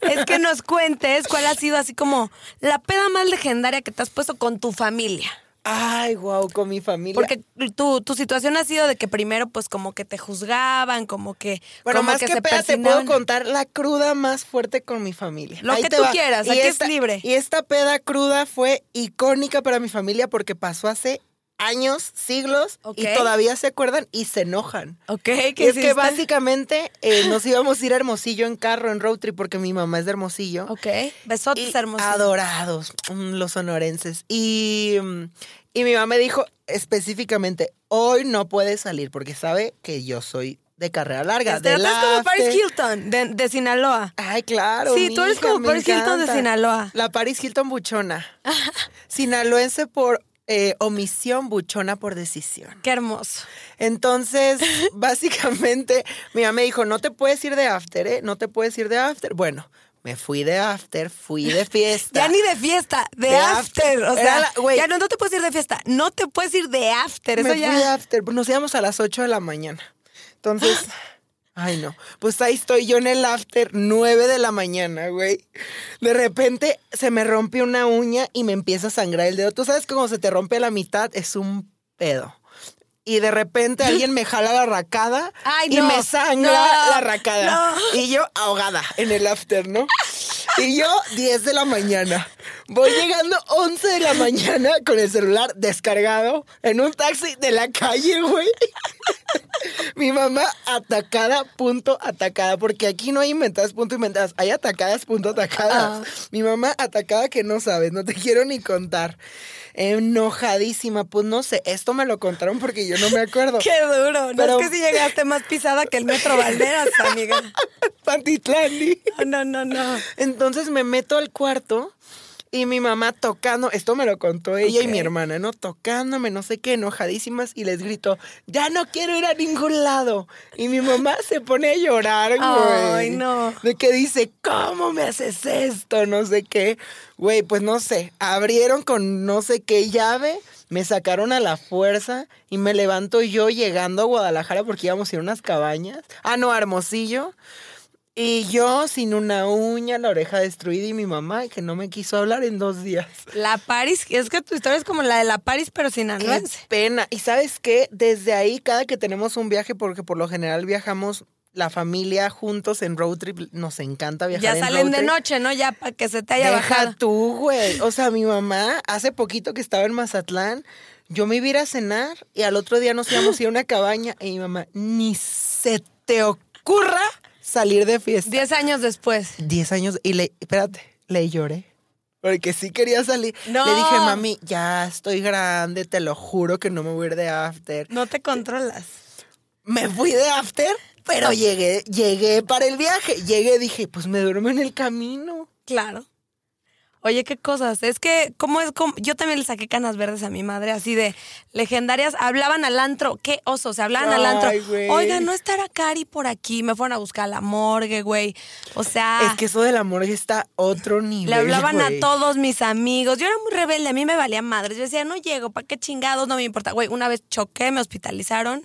Es que nos cuentes cuál ha sido así como la peda más legendaria que te has puesto con tu familia.
Ay, wow, con mi familia.
Porque tu, tu situación ha sido de que primero pues como que te juzgaban, como que
bueno,
como
más que,
se
peda, te
persinaban.
puedo contar la cruda más fuerte con mi familia.
Lo que
te
tú quieras, aquí es libre.
Y esta peda cruda fue icónica para mi familia porque pasó hace años, siglos,
Ok.
y todavía se acuerdan y se enojan.
Ok, ¿qué
Y es
hiciste?
que básicamente eh, nos íbamos a ir a Hermosillo en carro, en road trip, porque mi mamá es de Hermosillo.
Ok, besotes
Y
hermosos.
Adorados, mm, los sonorenses. Y, mm, y mi mamá me dijo específicamente, hoy no puedes salir porque sabe que yo soy de carrera larga.
Este,
de
tú eres como
lastre.
Paris Hilton de, de Sinaloa.
Ay, claro.
Sí, tú eres
mija,
como
me
Paris Hilton de
encanta.
Sinaloa.
La Paris
*laughs*
Hilton buchona. Sinaloense por eh, omisión, buchona por decisión.
Qué hermoso. *laughs*
Entonces, básicamente, mi mamá me dijo, no te puedes ir de after, ¿eh? No te puedes ir de after. Bueno, me fui de after,
*laughs*
fui de fiesta.
Ya ni de fiesta, de,
De
after.
after.
O
Era
sea,
la- güey.
ya no, no te puedes ir de fiesta. No te puedes ir de after. Eso
me
ya.
fui de after. Nos íbamos a las 8 de la mañana.
*gasps*
Entonces, ay no. Pues ahí estoy yo en el after, 9 de la mañana, güey. De repente se me rompe una uña y me empieza a sangrar el dedo. Tú sabes que cuando se te rompe la mitad es un pedo. Y de repente alguien me jala la racada
*gasps* Ay,
y
no,
me sangra
no,
la racada.
no.
Y yo ahogada en el after, ¿no? Y yo 10 de la mañana. Voy llegando 11 de la mañana con el celular descargado en un taxi de la calle, güey. Mi mamá atacada, punto atacada, porque aquí no hay inventadas, punto inventadas, hay atacadas, punto atacadas.
Ah.
Mi mamá atacada que no sabes, no te quiero ni contar. Enojadísima, pues no sé, esto me lo contaron porque yo no me
*laughs*
acuerdo.
Qué duro. No
Pero-
es que si llegaste más pisada que el metro
*laughs*
Valderas, amiga.
Pantitlán.
No, no, no.
Entonces me meto al cuarto y mi mamá tocando, esto me lo contó ella y mi
Ok.
hermana, ¿no? Tocándome, no sé qué, enojadísimas y les grito, ya no quiero ir a ningún lado. Y mi mamá se pone a llorar, güey.
Ay, no.
De que dice, ¿cómo me haces esto? No sé qué. Güey, pues no sé, abrieron con no sé qué llave. Me sacaron a la fuerza y me levanto yo llegando a Guadalajara porque íbamos a ir a unas cabañas. Ah, no, a Hermosillo. Y yo sin una uña, la oreja destruida y mi mamá que no me quiso hablar en dos días.
La Paris, es que tu historia es como la de la Paris, pero
Qué
sinaloense.
pena. Y sabes qué, desde ahí cada que tenemos un viaje, porque por lo general viajamos la familia juntos en road trip, nos encanta viajar.
Ya
en
salen
road
de
trip.
noche, ¿no? Ya para que se te haya
Deja
bajado.
tú, güey. O sea, mi mamá, hace poquito que estaba en Mazatlán, yo me iba a ir a cenar y al otro día nos íbamos a ir a una cabaña y mi mamá, ni se te ocurra salir de fiesta.
Diez años después.
10 años y le, espérate, le lloré. Porque sí quería salir.
No.
Le dije, mami, ya estoy grande, te lo juro que no me voy a ir de after.
No te controlas.
Me fui de after, pero llegué, llegué para el viaje. Llegué, dije, pues me duermo en el camino.
Claro. Oye, qué cosas. Es que, ¿cómo es? cómo- Yo también le saqué canas verdes a mi madre, así de legendarias. Hablaban al antro. Qué oso, se hablaban al antro.
Ay, güey.
Oiga, no estará Cari por aquí. Me fueron a buscar a la morgue, güey. O sea,
Es que eso del amor ya está a otro nivel.
Ah. le hablaban
güey.
a todos mis amigos. Yo era muy rebelde, a mí me valía madres. Yo decía, no llego, ¿para qué chingados? No me importa. Güey, una vez choqué, me hospitalizaron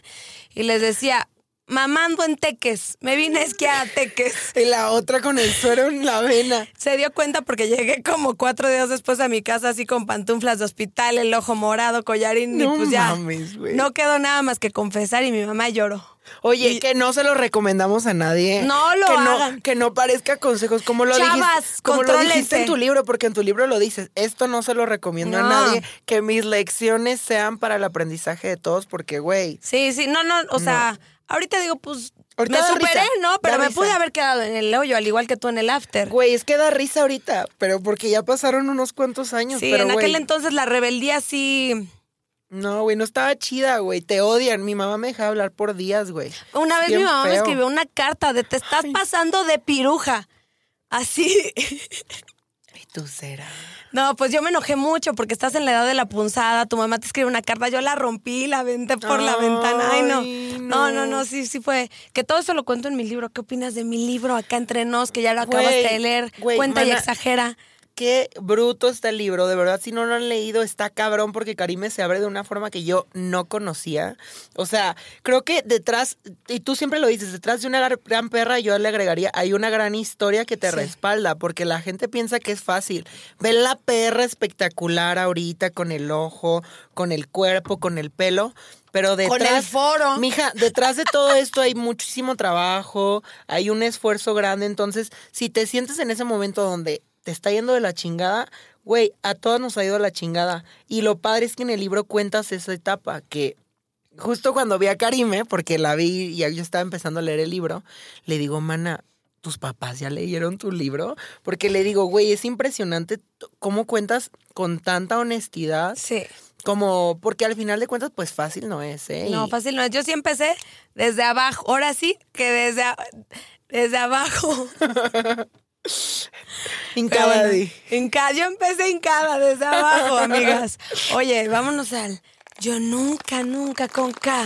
y les decía, mamando en teques. Me vine a esquiar a teques.
Y la otra con el suero en la vena.
Se dio cuenta porque llegué como cuatro días después a mi casa así con pantuflas de hospital, el ojo morado, collarín
No
*laughs* y pues ya.
mames, güey.
no quedó nada más que confesar y mi mamá lloró.
Oye, que no se lo recomendamos a nadie.
No lo
que
hagan.
No, que no parezca consejos. Como lo
Chavas,
dijiste, como lo dijiste
contrólense.
en tu libro, porque en tu libro lo dices. Esto no se lo recomiendo
No.
a nadie. Que mis lecciones sean para el aprendizaje de todos, porque, güey.
Sí, sí, no, no, o sea, ahorita digo, pues
Ahorita
me
da
superé,
risa,
¿no? Pero
da
me
risa.
pude haber quedado en el hoyo, al igual que tú en el after.
Güey, es que da risa ahorita, pero porque ya pasaron unos cuantos años.
sí,
pero,
en aquel
güey,
entonces la rebeldía sí.
No, güey, no estaba chida, güey. Te odian. Mi mamá me dejaba hablar por días, güey.
Una vez
Bien
mi mamá me
feo.
escribió una carta de te estás pasando de piruja. Así. *laughs*
Y tú serás.
No, pues yo me enojé mucho porque estás en la edad de la punzada, tu mamá te escribe una carta, yo la rompí, la aventé por la
Ay,
ventana. Ay, no. No, no,
no.
no, sí, sí fue. Que todo eso lo cuento en mi libro. ¿Qué opinas de mi libro acá entre nos? Que ya lo acabas
Güey,
de leer.
güey,
Cuenta y
mana-
exagera.
Qué bruto está el libro, de verdad, si no lo han leído, está cabrón porque Karime se abre de una forma que yo no conocía. O sea, creo que detrás, y tú siempre lo dices, detrás de una gar- gran perra yo le agregaría, hay una gran historia que te
Sí.
respalda, porque la gente piensa que es fácil. Ve la perra espectacular ahorita con el ojo, con el cuerpo, con el pelo. Pero detrás,
el foro.
Mija, detrás de todo esto hay muchísimo trabajo, hay un esfuerzo grande. Entonces, si te sientes en ese momento donde te está yendo de la chingada, güey, a todas nos ha ido de la chingada. Y lo padre es que en el libro cuentas esa etapa que. Justo cuando vi a Karime, porque la vi y yo estaba empezando a leer el libro, le digo, mana, ¿tus papás ya leyeron tu libro? Porque le digo, güey, es impresionante t- cómo cuentas con tanta honestidad,
Sí.
como, porque al final de cuentas, pues fácil no es, ¿eh?
No,
Y-
fácil no es. Yo sí empecé desde abajo. Ahora sí que desde, a- desde abajo. Pero
Hincada,
bueno,
di.
hinca- yo empecé hincada desde abajo, amigas. Oye, vámonos al yo nunca, nunca con K.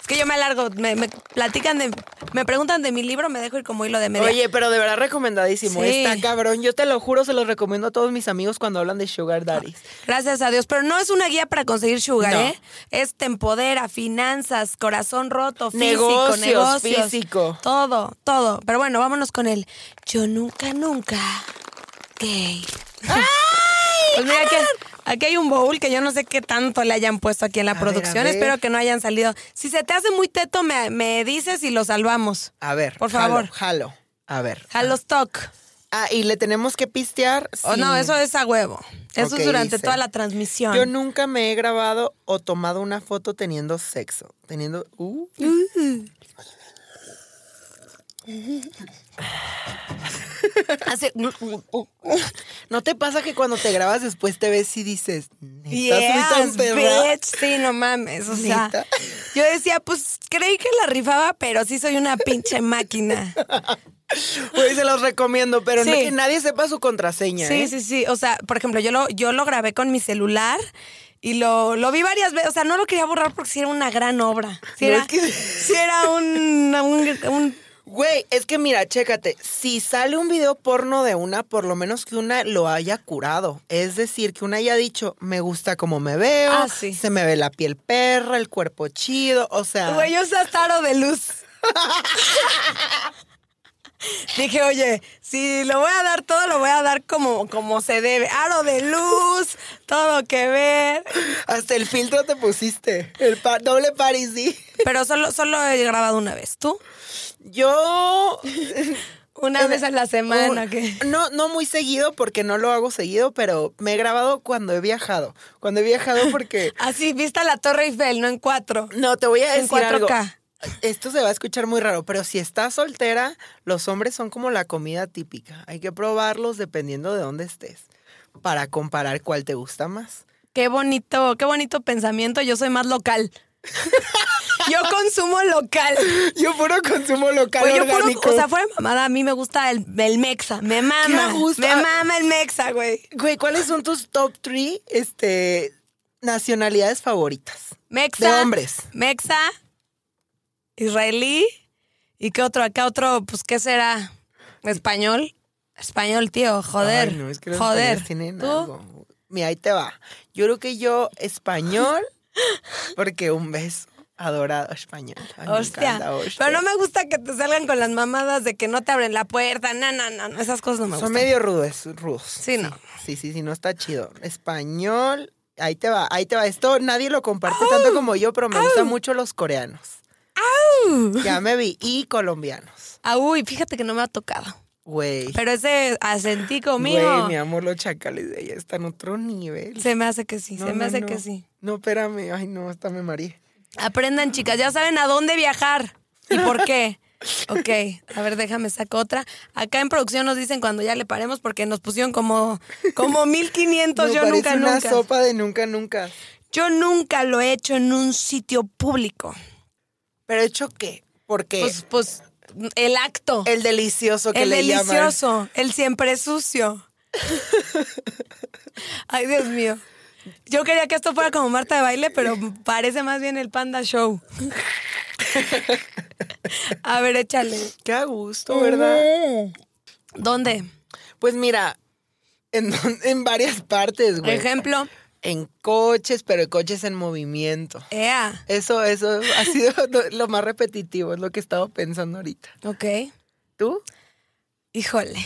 Es que yo me alargo, me, me platican de, me preguntan de mi libro, me dejo ir como hilo de media.
Oye, pero de verdad recomendadísimo.
Sí.
Está cabrón. Yo te lo juro, se los recomiendo a todos mis amigos cuando hablan de Sugar Daddies.
Gracias a Dios, pero no es una guía para conseguir sugar,
No.
¿eh? Es te empodera, finanzas, corazón roto, físico, negocios,
Negocios, físico.
todo, todo. Pero bueno, vámonos con el yo nunca, nunca gay. Pues mira que aquí hay un bowl que yo no sé qué tanto le hayan puesto aquí en la
ver, a
producción.
ver.
Espero que no hayan salido. Si se te hace muy teto, me, me dices y lo salvamos.
A ver.
Por
jalo,
favor.
Jalo. A ver.
Halostock.
Ah, y le tenemos que pistear.
O Oh, no,
sin-
eso es a huevo. Eso
Ok,
es durante
dice,
toda la transmisión.
*laughs* Yo nunca me he grabado o tomado una foto teniendo sexo. Teniendo. Uh.
Hace-
¿No te pasa que cuando te grabas después te ves y dices, ¿neta
Yes,
soy tan perra?
bitch. Sí, no mames. O sea,
Neta.
yo decía, pues creí que la rifaba, pero sí soy una pinche máquina.
*laughs* Güey, se los recomiendo, pero no-
Sí.
que nadie sepa su contraseña.
Sí,
¿eh?
sí, sí. O sea, por ejemplo, yo lo, yo lo grabé con mi celular y lo, lo vi varias veces. O sea, no lo quería borrar porque sí era una gran obra. Sí
No,
era,
es
*laughs*
que-
sí era un, un- un-
Güey, es que mira, chécate, si sale un video porno de una, por lo menos que una lo haya curado. Es decir, que una haya dicho, me gusta como me veo,
Ah, sí.
se me ve la piel perra, el cuerpo chido, o sea...
Güey, un sastaro de
*laughs*
luz. Dije, oye, si lo voy a dar todo, lo voy a dar como, como se debe. Aro de luz, todo que ver.
Hasta el filtro te pusiste, el pa- doble Paris, sí.
Pero solo, solo he grabado una vez. ¿Tú?
*laughs* Yo...
Una vez a la semana.
Un-
¿qué?
No, no muy seguido porque no lo hago seguido, pero me he grabado cuando he viajado. Cuando he viajado porque...
Así, vista la Torre Eiffel, no en cuatro.
*laughs* No, te voy a
En
decir algo.
4K.
Esto se va a escuchar muy raro, pero si estás soltera, los hombres son como la comida típica. Hay que probarlos dependiendo de dónde estés para comparar cuál te gusta más.
Qué bonito, qué bonito pensamiento. Yo soy más
*laughs*
local. yo consumo local.
Yo puro consumo local
Güey, yo puro,
orgánico.
o sea, fuera de mamada, a mí me gusta el, el mexa. Me mama.
a gusto.
Me mama el mexa, güey.
Güey, ¿cuáles son tus top three este, nacionalidades favoritas?
Mexa.
De hombres.
Mexa, israelí. ¿Y qué otro? Acá otro, pues, ¿qué será? Español. Español, tío, joder.
Ay, no, es que los
joder.
españoles tienen
¿Tú? *laughs*
algo. Mira, ahí te va. Yo creo que yo español, porque un beso. Adorado español. Ay, me
Hostia.
encanta, hostia.
Pero no me gusta que te salgan con las mamadas de que no te abren la puerta. No, no, no. no, Esas cosas no me
Son
gustan.
medio rudos, rudos.
Sí, no.
Sí, sí, sí, no está chido. Español, ahí te va, ahí te va. Esto nadie lo comparte tanto como yo, pero me gustan mucho los coreanos.
Uh.
Ya me vi. Y colombianos.
Ah, uy, fíjate que no me ha tocado.
Güey.
Pero ese acentico mío.
Güey, mi amor, los chacales de ella están en otro nivel.
se me hace que sí,
No,
se me
no,
hace
no.
que sí.
No, espérame. Ay, no, hasta me mareé.
Aprendan, chicas, ya saben a dónde viajar y por
*laughs*
qué. Ok, a ver, déjame saco otra. Acá en producción nos dicen cuando ya le paremos porque nos pusieron como,
*laughs*
como 1500.
Me
yo
parece
nunca,
una
nunca.
sopa de nunca, nunca.
Yo nunca lo he hecho en un sitio público.
¿Pero hecho qué? Porque
Pues, pues, el acto, el,
el delicioso que le llaman.
delicioso, el siempre
*laughs*
sucio. Ay, Dios mío. Yo quería que esto fuera como Marta de baile, pero parece más bien el Panda
*laughs*
Show. A ver, échale.
Qué a gusto, ¿verdad?
¿Dónde?
Pues mira, en, en varias partes,
Por
güey.
ejemplo,
En coches, pero coches en movimiento.
EA.
Eso, eso ha sido *laughs* lo- lo más repetitivo, es lo que he estado pensando ahorita.
Ok.
¿Tú?
Híjole.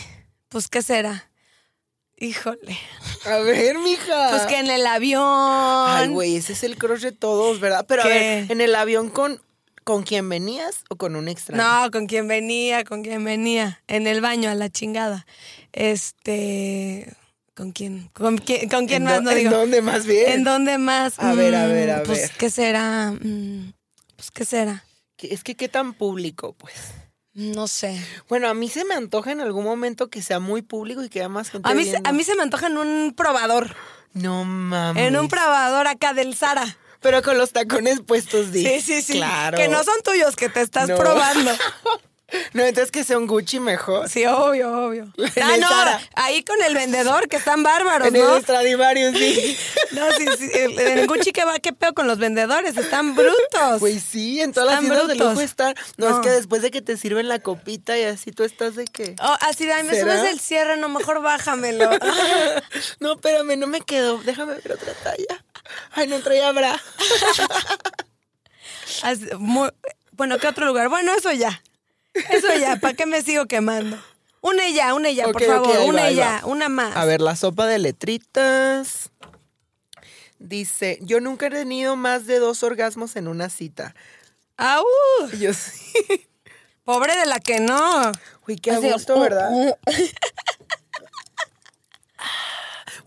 Pues, ¿qué será? Híjole.
A ver, mija.
Pues que en el avión.
Ah. Ay, güey, ese es el crush de todos, ¿verdad? Pero
¿Qué?
a ver, ¿en el avión con, con quién venías o con un extraño?
No, con quien venía, con quien venía. En el baño, a la chingada. Este. ¿Con quién? ¿Con quién, con quién
¿En
más?
dó-
No
¿En
digo.
dónde más bien?
¿En dónde más?
A ver, a
Mm,
ver, a
Pues,
ver.
¿qué será? Mm, Pues, ¿qué será?
Que- Es que qué tan público, pues.
No sé.
Bueno, a mí se me antoja en algún momento que sea muy público y que haya más gente
A mí, se-
viendo.
a mí se me antoja en un probador.
No mames.
En un probador acá del Zara.
Pero con los tacones puestos, di.
Sí, sí, sí.
Claro.
Que no son tuyos, que te estás
No.
probando.
No, entonces que sea un Gucci mejor.
Sí, obvio, obvio.
*laughs* En
ah,
el
no,
Zara.
ahí con el vendedor, que están bárbaros,
en
¿no?
el
*laughs*
Stradivarius, sí.
No, sí, sí. el- En Gucci, ¿qué va? ¿Qué peo con los vendedores? Están brutos.
Güey, Pues sí, en todas las
Están
tiendas de lujo
brutos.
estar. No,
No.
es que después de que te sirven la copita y así tú estás de que.
Oh, así de, ay, me
¿Será?
subes el cierre, no, mejor
*laughs*
bájamelo. Ah,
No, espérame, no me quedó. Déjame ver otra talla. Ay, no traía bra.
Así, mu- bueno, ¿qué otro lugar? Bueno, eso ya. Eso ya, ¿para qué me sigo quemando? Una y ya, una y ya,
Ok, ok,
por favor.
ahí va,
una
ahí
y ya,
va.
una más.
A ver, la sopa de letritas. Dice, yo nunca he tenido más de dos orgasmos en una cita.
Au,
Y Yo sí.
Ah, uh, pobre de la que no.
Güey, qué
Así,
a gusto,
uh,
¿verdad?
uh.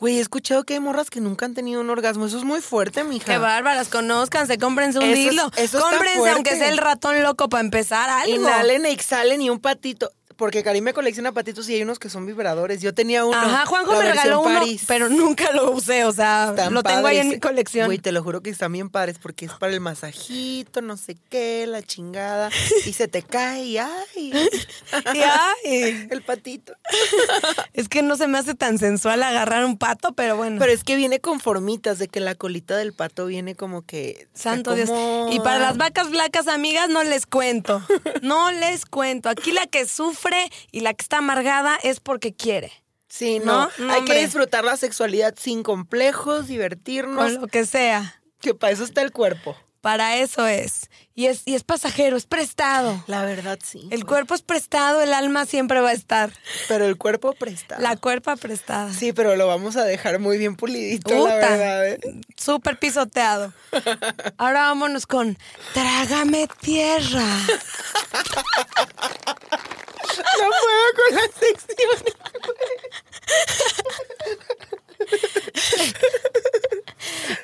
Güey, he escuchado que hay morras que nunca han tenido un orgasmo. Eso es muy fuerte, mija.
Qué bárbaras, conózcanse, cómprense un
Eso es-
hilo.
eso está
cómprense,
fuerte.
aunque sea el ratón loco, para empezar algo.
Inhalen, exhalen y un patito. Porque Karim me colecciona patitos y hay unos que son vibradores. Yo tenía uno.
Ajá, Juanjo
la
me
versión
regaló uno,
París.
pero nunca lo usé, o sea,
Están
lo tengo ahí en
padres.
mi colección.
Güey, te lo juro que están bien padres porque es para el masajito, no sé qué, la chingada. Y se te cae y ay. *laughs*
Y, ay,
El patito.
es que no se me hace tan sensual agarrar un pato, pero bueno.
Pero es que viene con formitas, de que la colita del pato viene como que. se
Santo Dios. Y
acomoda.
para las vacas flacas, amigas, no les cuento. No les cuento. Aquí la que sufre y la que está amargada es porque quiere.
Sí, no.
No, no,
Hay
hombre.
que disfrutar la sexualidad sin complejos, divertirnos.
Con lo que sea.
Que para eso está el cuerpo.
Para eso es. Y es, y es pasajero, es prestado.
La verdad, sí.
El
güey.
cuerpo es prestado, el alma siempre va a estar.
Pero el cuerpo presta.
La cuerpa prestada.
Sí, pero lo vamos a dejar muy bien pulidito, la
Uta. *laughs*
verdad. ¿eh?
Súper pisoteado. Ahora vámonos con Trágame tierra.
No puedo con las secciones.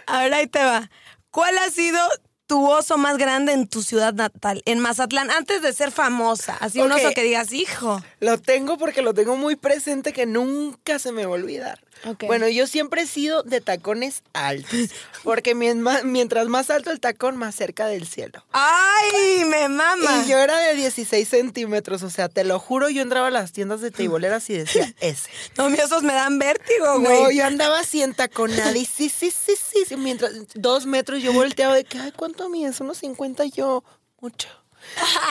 Ahora ahí te va. ¿Cuál ha sido tu oso más grande en tu ciudad natal, en Mazatlán, antes de ser famosa? Así un
Ok.
oso que digas, hijo.
Lo tengo porque lo tengo muy presente que nunca se me va a olvidar.
Ok.
Bueno, yo siempre he sido de tacones
*laughs*
altos, porque mien- ma- mientras más alto el tacón, más cerca del cielo.
¡Ay, me mama!
Y yo era de 16 centímetros, o sea, te lo juro, yo entraba a las
*laughs*
tiendas de teiboleras y decía, ese.
No, mis osos me dan vértigo, güey.
No, yo andaba así entaconada y sí, sí, sí, sí, sí, Mientras dos metros yo volteaba de que, ay, ¿cuánto mides? Unos 50 yo, mucho.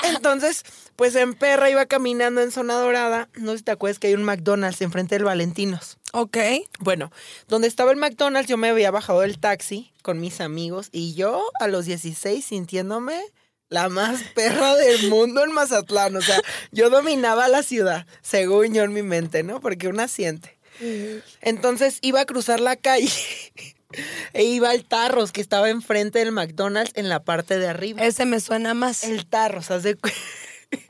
Entonces, pues en perra iba caminando en zona dorada. No sé si te acuerdas que hay un McDonald's enfrente del Valentinos.
Ok.
Bueno, donde estaba el McDonald's, yo me había bajado del taxi con mis amigos y yo a los 16 sintiéndome la más perra del mundo en Mazatlán. O sea, yo dominaba la ciudad, según yo en mi mente, ¿no? Porque una siente. Entonces iba a cruzar la calle *laughs* e iba al Tarros, que estaba enfrente del McDonald's en la parte de arriba.
Ese me suena más.
El Tarros, haz de cu-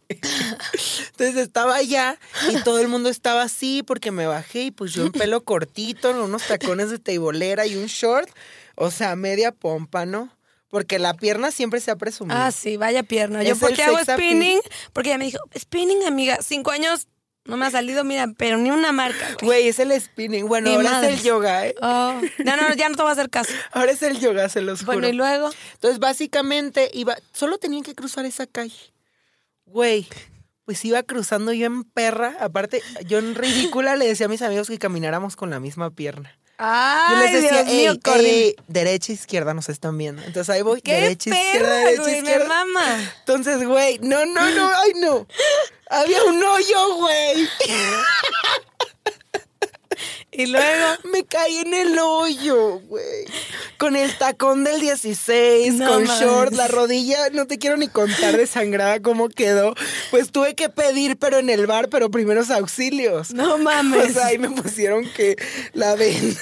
Entonces estaba allá y todo el mundo estaba así porque me bajé y pues yo en pelo cortito, en unos tacones de teibolera y un short, o sea, media pompa, ¿no? Porque la pierna siempre se ha presumido.
Ah, sí, vaya pierna. Yo
Es
porque
el
hago
sex appeal.
spinning, porque ella me dijo, spinning, amiga, cinco años no me ha salido, mira, pero ni una marca. güey.
Güey, es el spinning. Bueno,
pues. Ni
ahora
madres.
es el yoga, ¿eh?
Oh, no, no, ya no te voy a hacer
*laughs*
caso.
Ahora es el yoga, se los juro.
Bueno, y luego,
Entonces, básicamente, iba, solo tenían que cruzar esa calle. Güey, pues iba cruzando yo en perra. Aparte, yo en ridícula le decía a mis amigos que camináramos con la misma pierna.
ay,
Yo les decía,
Dios mío,
"Ey,
Cordy,
ey, derecha, izquierda, nos están viendo. Entonces ahí voy,
qué
derecha, izquierda,
perra,
derecha,
güey, me
izquierda. *laughs*
mama.
Entonces, güey, no, no, no, ay, no. Había un hoyo, güey.
Y luego,
Me caí en el hoyo, güey. Con el tacón del 16,
No
con
mames.
short, la rodilla, no te quiero ni contar desangrada cómo quedó. Pues tuve que pedir, pero en el bar, pero primeros
*laughs*
auxilios.
no mames.
O sea, ahí me pusieron que la venda.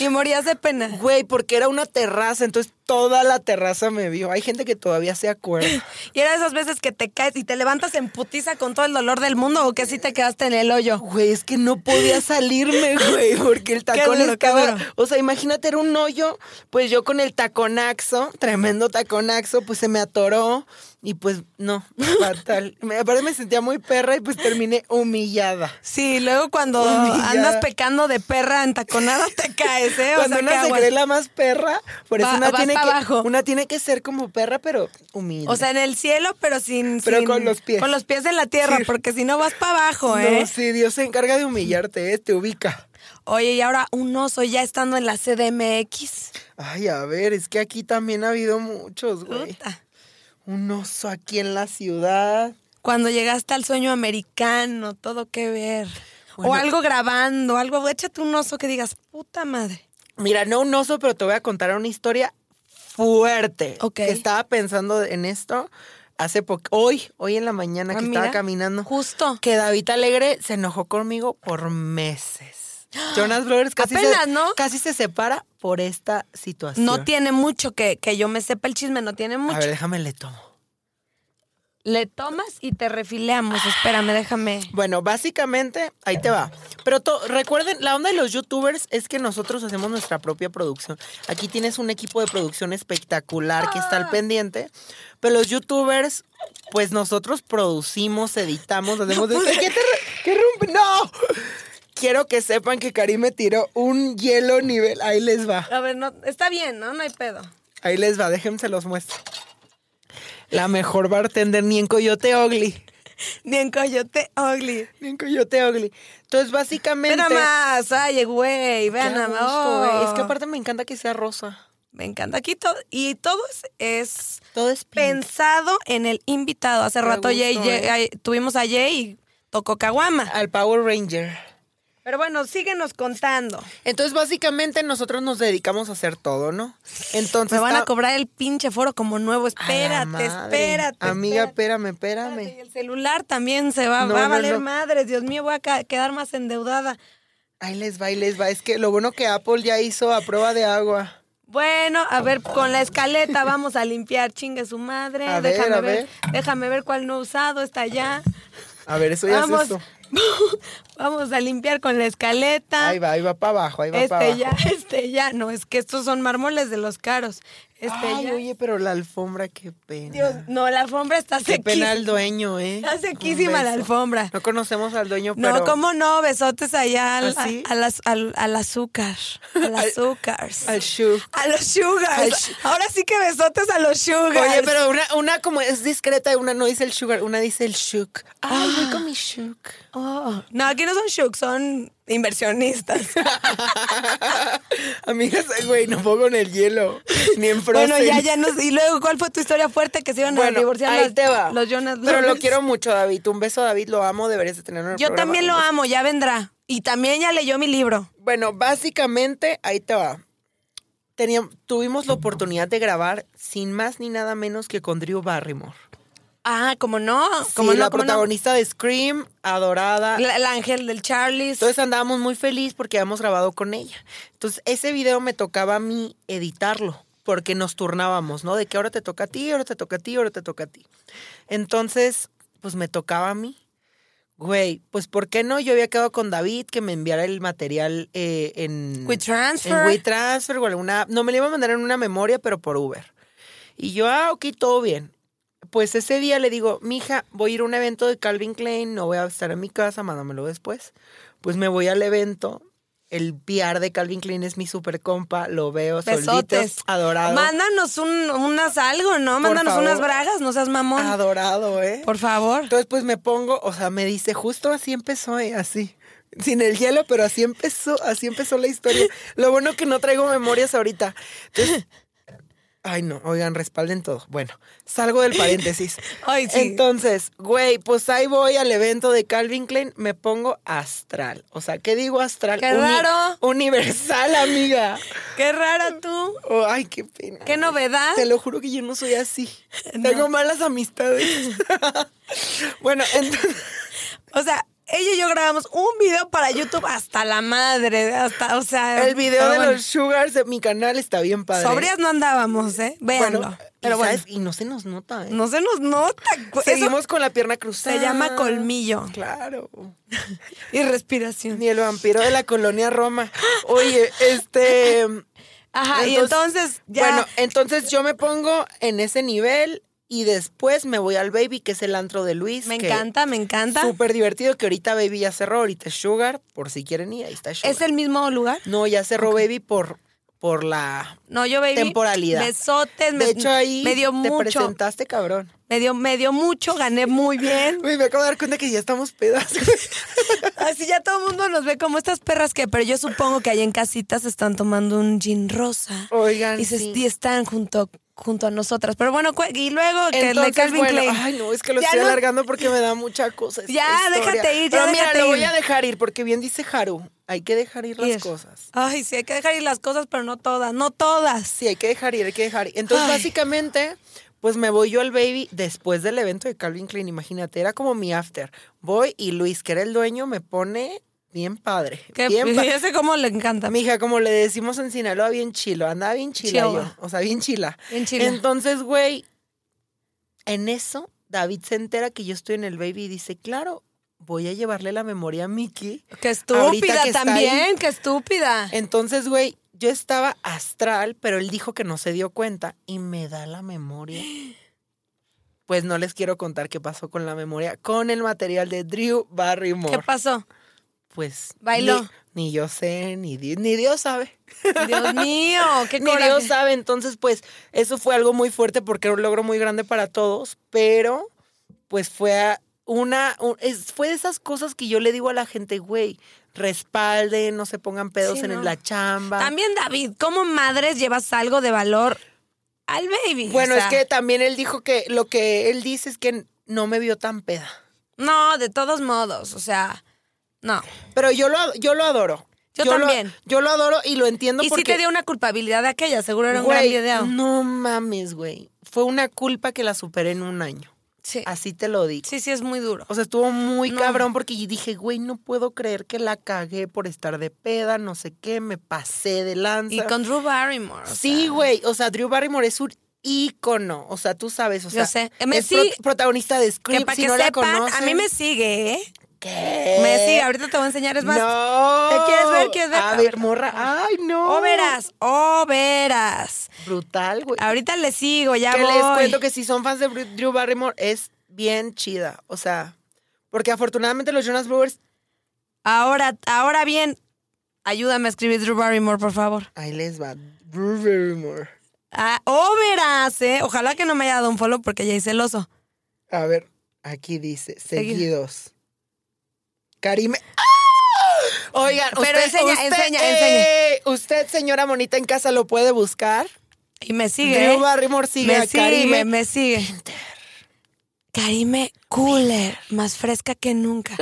y morías de pena.
Güey, porque era una terraza, entonces toda la terraza me vio. Hay gente que todavía se acuerda.
Y era de esas veces que te caes y te levantas en putiza con todo el dolor del mundo o que así te quedaste en el hoyo.
Güey, es que no
*laughs*
podía salirme, güey, porque el tacón
duro, qué
estaba.
duro.
O sea, imagínate, era un hoyo. Pues yo con el taconaxo, tremendo taconaxo, pues se me atoró y pues no, *laughs* fatal. Me, aparte me sentía muy perra y pues terminé humillada.
Sí, luego cuando
Humillada.
andas pecando de perra entaconada te caes, ¿eh? O
Cuando
sea,
una
qué
se
aguas.
cree la más perra, por eso
Va-
una
vas
tiene,
pa'
que,
abajo.
una tiene que ser como perra, pero humilde.
O sea, en el cielo, pero sin.
Pero
sin-
con los pies.
Con los pies en la tierra, porque si no vas para abajo, ¿eh?
no, sí, Dios se encarga de humillarte, eh, te ubica.
Oye, y ahora un oso ya estando en la CDMX.
Ay, a ver, es que aquí también ha habido muchos, güey.
Puta.
Un oso aquí en la ciudad.
Cuando llegaste al sueño americano, todo que ver. o
Bueno.
algo grabando, algo. Échate un oso que digas, puta madre.
Mira, no un oso, pero te voy a contar una historia fuerte.
Ok.
Que estaba pensando en esto hace poco. Hoy, hoy en la mañana
Ah,
que
mira.
estaba caminando.
Justo.
Que David Alegre se enojó conmigo
*gasps*
por meses. Jonas Brothers casi,
Apenas,
se,
¿no?
casi se separa por esta situación.
No tiene mucho que, que yo me sepa el chisme, no tiene
A
mucho.
ver, déjame le tomo.
Le tomas y te refileamos. Espérame, déjame.
Bueno, básicamente, ahí te va. Pero to- recuerden, la onda de los youtubers es que nosotros hacemos nuestra propia producción. Aquí tienes un equipo de producción espectacular que está al pendiente. Pero los youtubers, pues nosotros producimos, editamos, hacemos...
No
de-
pude.
¿Qué, te re- qué rompe? ¡No! Quiero que sepan que Karim me tiró un hielo nivel. Ahí les va.
A ver, no, está bien, ¿no? No hay pedo.
Ahí les va. Déjenme se los muestro. La mejor bartender ni en Coyote Ogly.
Ni en Coyote Ugly.
Ni en Coyote Ogly. Entonces, básicamente...
Ve nada más, ay, güey, vean
Qué a
nada más.
gusto,
oh.
güey. Es que aparte me encanta que sea rosa.
Me encanta aquí todo. Y todo es, es
Todo es pink.
pensado en el invitado. Hace
Qué
rato Jay-
gusto,
Jay-
eh. Ah.
ay, tuvimos a Jay y tocó Caguama.
Al Power Ranger.
Pero bueno, síguenos contando.
Entonces, básicamente, nosotros nos dedicamos a hacer todo, ¿no? Entonces.
Me van a
Pues está-
cobrar el pinche foro como nuevo.
A la
Espérate,
madre.
espérate.
Amiga,
espérate.
espérame,
Espérate, y
espérame.
el celular también se va,
No,
va a
no,
valer
no.
madres. Dios mío, voy a ca- quedar más endeudada.
Ahí les va, ahí les va. Es que lo bueno que Apple ya hizo a prueba de agua.
Bueno, a ver, con la escaleta vamos a limpiar, chingue su madre.
A ver,
déjame
a
ver,
ver.
déjame ver cuál no he usado, está allá.
A ver, eso ya es
Vamos,
esto.
vamos a limpiar con la escaleta.
Ahí va, ahí va para abajo, ahí va para
este
abajo.
ya, *laughs* este ya. No, es que estos son mármoles de los caros. Este
Ay,
ya.
oye, pero la alfombra, qué pena.
Dios, no, la alfombra está
qué pena
sequísima.
al dueño, ¿eh?
Está
Un
sequísima la
beso.
alfombra.
No conocemos al dueño,
No,
pero.
cómo no, besotes allá al,
¿Ah, sí?
a- a las- al- al azúcar. Al
Al-
azúcar.
Al shoe.
A los sugars.
Al sh-
Ahora sí que besotes a los sugars.
Oye, pero una, una como es discreta, una no dice el sugar, una dice el shook. *laughs* Ay, voy
Ah.
con mi shook. *laughs*
Oh, No, aquí no son shooks, son inversionistas.
Amigas, güey, no puedo con el hielo. Ni en Frozen.
Bueno, ya, ya nos. Y luego, ¿cuál fue tu historia fuerte que se iban
Bueno,
a divorciar
ahí
las-
te va.
los Jonas
Pero lo
Brothers?
quiero mucho, David. Un beso, David. Lo amo. Deberías de tener un
Yo también lo amo, ya vendrá. Y también ya leyó mi libro.
Bueno, básicamente, ahí te va. Teníamos, tuvimos la oportunidad de grabar sin más ni nada menos que con Drew Barrymore.
Ah, como no, como
Como
no,
la
cómo no.
protagonista de Scream, adorada.
La- el ángel del Charlie.
Entonces andábamos muy feliz porque habíamos grabado con ella. Entonces ese video me tocaba a mí editarlo porque nos turnábamos, ¿no? De que ahora te toca a ti, ahora te toca a ti, ahora te toca a ti. Entonces, pues me tocaba a mí. Güey, pues ¿por qué no? Yo había quedado con David que me enviara el material eh, en...
WeTransfer.
En WeTransfer o alguna... No, me lo iba a mandar en una memoria, pero por Uber. Y yo, ah, ok, todo bien. Pues ese día le digo, mija, voy a ir a un evento de Calvin Klein, no voy a estar en mi casa, mándamelo después. Pues me voy al evento. El PR de Calvin Klein es mi super compa, lo veo,
Besotes.
solditos, adorado.
Mándanos un- unas algo, ¿no? Mándanos
favor.
unas bragas, no seas mamón.
Adorado, ¿eh?
Por favor.
Entonces, pues me pongo, o sea, me dice, justo así empezó, ¿eh? así. Sin el hielo, pero así empezó, así empezó
*laughs*
la historia. Lo bueno que no traigo memorias ahorita. Entonces, ay no, oigan, respalden todo. Bueno, salgo del paréntesis.
*laughs* Ay, sí.
Entonces, güey, pues ahí voy al evento de Calvin Klein, me pongo astral. O sea, ¿qué digo astral?
¡Qué raro!
Universal, amiga.
Qué rara tú.
Oh, ay, qué pena.
Qué novedad.
Te lo juro que yo no soy así.
*laughs* No.
Tengo
*laughs*
malas amistades. *laughs* bueno, entonces...
O sea, ella y yo grabamos un video para YouTube hasta la madre. Hasta, o sea.
El video
pero
de
bueno,
los Sugars de mi canal está bien padre.
Sobrias no andábamos, ¿eh? Véanlo.
Bueno,
pero
y
bueno,
sabes, Y no se nos nota, ¿eh?
no se nos nota. Eso
Seguimos Ah. con la pierna cruzada.
se llama colmillo
Claro.
y respiración.
Ni el vampiro de la
*laughs*
colonia Roma. Oye, este.
Ajá, y entonces *laughs* ya.
Bueno, entonces yo me pongo en ese nivel y después me voy al Baby, que es el antro de Luis.
me
que-
encanta, me encanta.
Súper divertido, que ahorita Baby ya cerró, ahorita es Sugar, por si quieren ir, ahí está Sugar.
¿Es el mismo lugar?
No, ya cerró Baby por, por la
No, yo baby.
Temporalidad.
Besotes, me,
De hecho, ahí
me dio
te
mucho.
presentaste, cabrón.
Me dio, me dio mucho, gané muy
*laughs*
bien.
Uy, me acabo de dar cuenta que ya estamos pedazos.
Así ya todo el mundo nos ve como estas perras que, pero yo supongo que ahí en casitas están tomando un gin rosa.
Oigan,
y, se,
Oh, sí.
y están junto, junto a nosotras. Pero bueno, cu- y luego que el de
Entonces,
Calvin
bueno,
Klein.
Ay, no, es que lo
Ya
estoy
no-
alargando porque me da mucha cosa. esta
Ya,
historia.
déjate ir, ya
Pero mira,
déjate
lo
ir.
voy a dejar ir porque bien dice Haru, hay que dejar ir las
Ir.
cosas.
Ay, sí, hay que dejar ir las cosas, pero no todas, no todas.
Sí, hay que dejar ir, hay que dejar ir. Entonces,
Ay.
básicamente, pues me voy yo al baby después del evento de Calvin Klein, imagínate, era como mi after. Voy y Luis, que era el dueño, me pone bien padre.
Que *laughs*
bien padre.
fíjese cómo le encanta.
Mija, como le decimos en Sinaloa, bien chilo. Andaba bien chila
Chila.
yo. O sea, bien chila.
Bien chila.
Entonces, güey, en eso, David se entera que yo estoy en el baby y dice, claro, voy a llevarle la memoria
*laughs*
a Mickey.
Qué
Ahorita
estúpida
que está ahí.
también, qué estúpida.
Entonces, güey, yo estaba astral, pero él dijo que no se dio cuenta y me da la
*gasps*
memoria. Pues no les quiero contar qué pasó con la memoria, con el material de Drew Barrymore.
¿Qué pasó?
pues
Bailó.
Ni, ni yo sé, ni, Di- ni Dios sabe.
Dios mío, qué
Ni Dios
coraje.
sabe. Entonces, pues, eso fue algo muy fuerte porque era un logro muy grande para todos, pero pues fue a- una, un- es- fue de esas cosas que yo le digo a la gente, güey, respalden, no se pongan pedos
Sí,
en
no.
la chamba.
También, David, ¿cómo madres llevas algo de valor al baby?
bueno,
O sea,
es que también él dijo que lo que él dice es que no me vio tan peda.
No, de todos modos, o sea, no.
Pero yo lo, ad- yo lo adoro.
Yo
lo-
también.
yo lo adoro y lo entiendo
y
porque...
sí te dio una culpabilidad de aquella, seguro era un
Güey, mm,
gran video.
No mames, güey. Fue una culpa que la superé en un año.
Sí.
Así te lo digo.
sí, sí, es muy duro.
O sea, estuvo muy
No.
cabrón porque yo dije, güey, no puedo creer que la cagué por estar de peda, no sé qué, me pasé de lanza.
Y con Drew Barrymore. o
Sí,
sea,
güey. O sea, Drew Barrymore es un ícono. O sea, tú sabes, o sea,
sé. Me-
es
sí.
pro- protagonista de Scream.
Que para
si
que
no la
sepan, a
conocen,
mí me sigue, ¿eh?
¿Qué?
Me sigue, ahorita te voy a enseñar, es más.
No.
¿Te quieres ver? ¿Quieres ver?
A ver, morra. Ay, no.
O verás, o verás.
Brutal, güey.
Ahorita le sigo, ya
que
voy.
les cuento que si son fans de Bru- Drew Barrymore es bien chida. O sea, porque afortunadamente los Jonas Brothers,
Ahora, ahora bien, ayúdame a escribir Drew Barrymore, por favor.
ahí les va. Drew Barrymore.
Ah, o verás, ¿eh? Ojalá que no me haya dado un follow porque ya hice el oso.
A ver, aquí dice,
Seguido.
seguidos. Karime. Oigan,
¡Ah! Pero
usted,
enseña,
usted,
enseña,
eh, usted, señora Monita en casa, lo puede buscar.
Y me sigue.
Drew
¿eh?
Barrymore sigue
me
a
sigue,
Karime.
me sigue. Karime Cooler, más fresca que
*laughs*
nunca.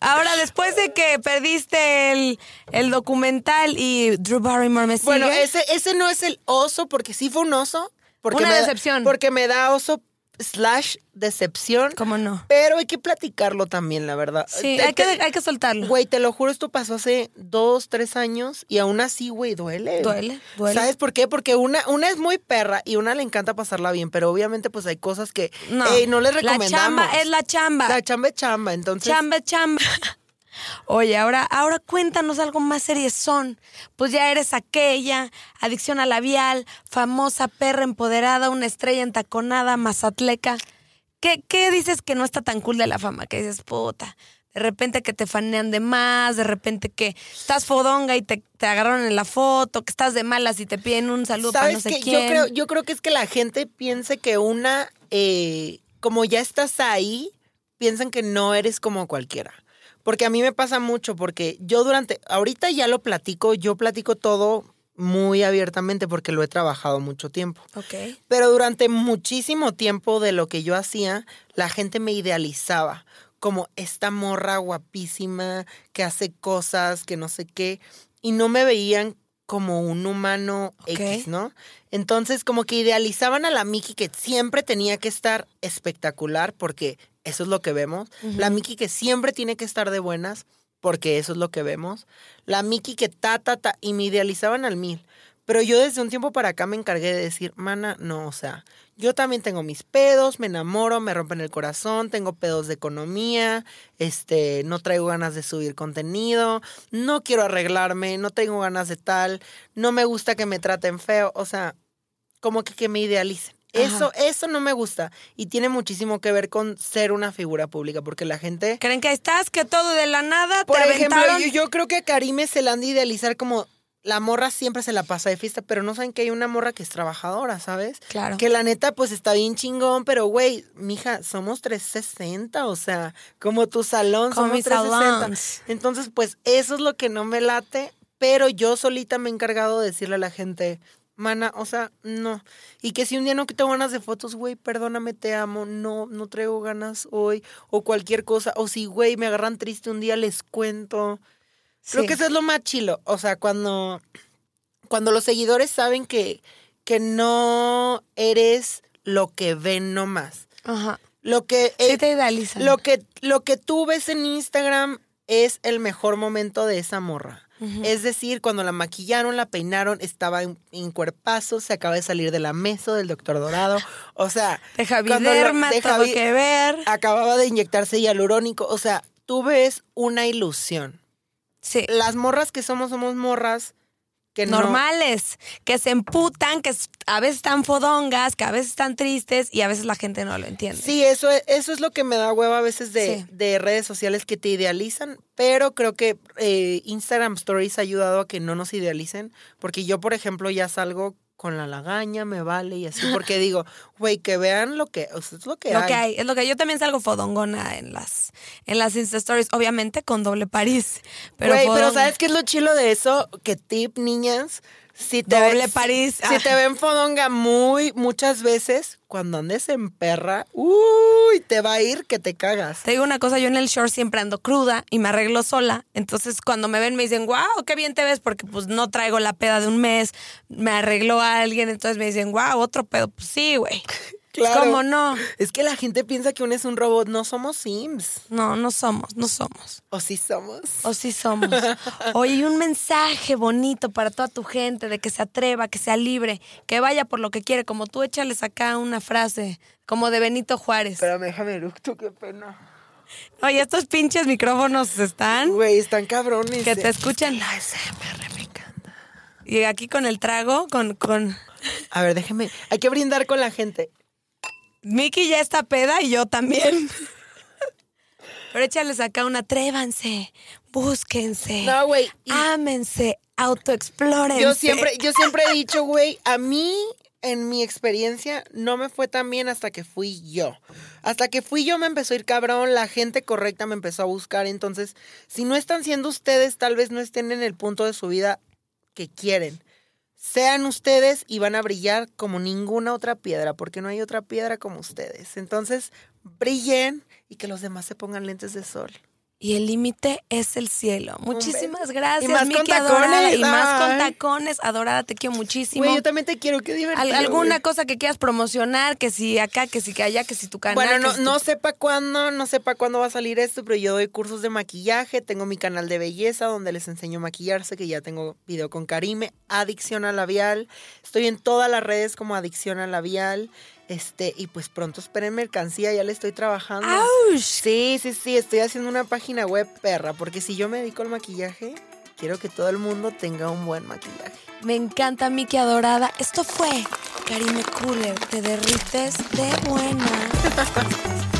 Ahora, después de que perdiste el, el documental y Drew Barrymore me sigue.
Bueno, ese, ese no es el oso, porque sí fue un oso. Porque
Una
me da-
decepción.
porque me da oso slash decepción.
¿Cómo no?
Pero hay que platicarlo también, la verdad.
Sí,
Eh, Te-
hay que,
te-
hay que soltarlo.
Güey, te lo juro, esto pasó hace dos, tres años y aún así, güey, duele.
Duele, duele.
¿Sabes por qué? Porque una, una es muy perra y una le encanta pasarla bien, pero obviamente pues hay cosas que ey, no, les recomendamos.
La chamba es la chamba.
La chamba es chamba, entonces...
Chamba, chamba. *laughs* Oye, ahora, ahora cuéntanos algo más seriezón. Pues ya eres aquella, adicción a labial, famosa perra empoderada, una estrella entaconada, mazatleca. ¿Qué, ¿Qué dices que no está tan cool de la fama? Que dices, puta, de repente que te fanean de más, de repente que estás fodonga y te, te agarraron en la foto, que estás de malas y te piden un saludo para no sé
qué?
quién.
Yo creo, yo creo que es que la gente piense que una, eh, como ya estás ahí, piensan que no eres como cualquiera. Porque a mí me pasa mucho, porque yo durante, ahorita ya lo platico, yo platico todo muy abiertamente porque lo he trabajado mucho tiempo.
Ok.
Pero durante muchísimo tiempo de lo que yo hacía, la gente me idealizaba como esta morra guapísima que hace cosas, que no sé qué, y no me veían como un humano
Ok.
X, ¿no? Entonces como que idealizaban a la Miki que siempre tenía que estar espectacular porque eso es lo que vemos, la Miki que siempre tiene que estar de buenas porque eso es lo que vemos, la Miki que ta, ta, ta, y me idealizaban al mil. Pero yo desde un tiempo para acá me encargué de decir, mana, no, o sea, yo también tengo mis pedos, me enamoro, me rompen el corazón, tengo pedos de economía, este, no traigo ganas de subir contenido, no quiero arreglarme, no tengo ganas de tal, no me gusta que me traten feo, o sea, como que, que me idealicen. Eso, eso no me gusta y tiene muchísimo que ver con ser una figura pública, porque la gente
¿Creen que ahí estás? ¿Que todo de la nada?
por
¿Te
ejemplo,
aventaron?
yo, yo creo que a Karime se la han de idealizar como la morra siempre se la pasa de fiesta, pero no saben que hay una morra que es trabajadora, ¿sabes?
Claro.
Que la neta, pues está bien chingón, pero güey, mija, somos 360, o sea, como tu salón,
Como
somos
mis
360.
salons.
Entonces, pues eso es lo que no me late, pero yo solita me he encargado de decirle a la gente, mana, o sea, no. Y que si un día no tengo ganas de fotos, güey, perdóname, te amo, no, no traigo ganas hoy, o cualquier cosa, o si, güey, me agarran triste un día, les cuento. Creo
Sí.
que eso es lo más chilo, o sea, cuando, cuando los seguidores saben que, que no eres lo que ven nomás.
Ajá.
Lo que
Sí
eh,
te idealizan.
lo que, lo que tú ves en Instagram es el mejor momento de esa morra. Es decir, cuando la maquillaron, la peinaron, estaba en, en cuerpazo, se acaba de salir de la mesa del doctor Dorado. O sea,
de
cuando lo-
Javiderma,
de
todo
Javi- Ah,
que ver.
acababa de inyectarse hialurónico. O sea, tú ves una ilusión.
Sí.
Las morras que somos, somos morras eh, que no-
Normales, que se emputan, que s- a veces están fodongas, que a veces están tristes y a veces la gente no lo entiende.
Sí, eso es, eso es lo que me da hueva a veces de,
Sí.
de redes sociales que te idealizan, pero creo que eh, Instagram Stories ha ayudado a que no nos idealicen, porque yo, por ejemplo, ya salgo con la lagaña, me vale y así,
*laughs*
porque digo, güey, que vean lo que, o sea, es lo que
Lo
hay.
que hay, es lo que hay. yo también salgo fodongona en las en las Insta Stories, obviamente con doble París, pero,
Güey,
fodonga.
pero ¿sabes qué es lo chilo de eso? Que tip, niñas, si te
Doble
ven-
París.
Si
Ah.
te ven fodonga muy, muchas veces, cuando andes en perra, uy, te va a ir que te cagas.
Te digo una cosa, yo en el short siempre ando cruda y me arreglo sola. Entonces cuando me ven me dicen, wow, qué bien te ves, porque pues no traigo la peda de un mes, me arregló alguien, entonces me dicen, wow, otro pedo. Pues sí,
*laughs*
güey.
Claro.
¿Cómo no?
Es que la gente piensa que uno es un robot. No somos Sims.
No, no somos, no somos.
¿O sí somos?
O sí
*laughs*
somos. Oye, y un mensaje bonito para toda tu gente de que se atreva, que sea libre, que vaya por lo que quiere. Como tú échales acá una frase, como de Benito Juárez.
Pero déjame eructo, qué pena.
Oye, estos pinches micrófonos están.
Güey, están cabrones.
Que te
eh.
escuchen.
La SMR me encanta.
Y aquí con el trago, con, con.
A ver, déjeme. Hay que brindar con la gente.
Miki ya está peda y yo también. *laughs* Pero échales acá una, atrévanse, búsquense.
No, güey. y
ah, Ámense, autoexplórense.
Yo siempre, yo siempre he dicho, güey, a mí en mi experiencia, no me fue tan bien hasta que fui yo. Hasta que fui yo me empezó a ir cabrón, la gente correcta me empezó a buscar. Entonces, si no están siendo ustedes, tal vez no estén en el punto de su vida que quieren. Sean ustedes y van a brillar como ninguna otra piedra, porque no hay otra piedra como ustedes. Entonces, brillen y que los demás se pongan lentes de sol.
Y el límite es el cielo. Muchísimas
Y más
gracias,
con
Miki
tacones,
Adorada. Y más con
ay.
tacones, Adorada, te quiero muchísimo.
Güey, yo también te quiero, qué divertido.
Al-
güey.
¿Alguna cosa que quieras promocionar? Que si acá, que si allá, que si tu canal.
Bueno,
que
no,
si tu-
no sepa cuándo, no sepa cuándo va a salir esto, pero yo doy cursos de maquillaje, tengo mi canal de belleza donde les enseño a maquillarse, que ya tengo video con Karime, Adicción a Labial, estoy en todas las redes como Adicción a Labial, este, y pues pronto esperen mercancía, ya le estoy trabajando.
¡Auch!
Sí, sí, sí, estoy haciendo una página web perra, porque si yo me dedico al maquillaje, quiero que todo el mundo tenga un buen maquillaje.
Me encanta, Miki Adorada. Esto fue Karime Cooler. Te derrites de buena.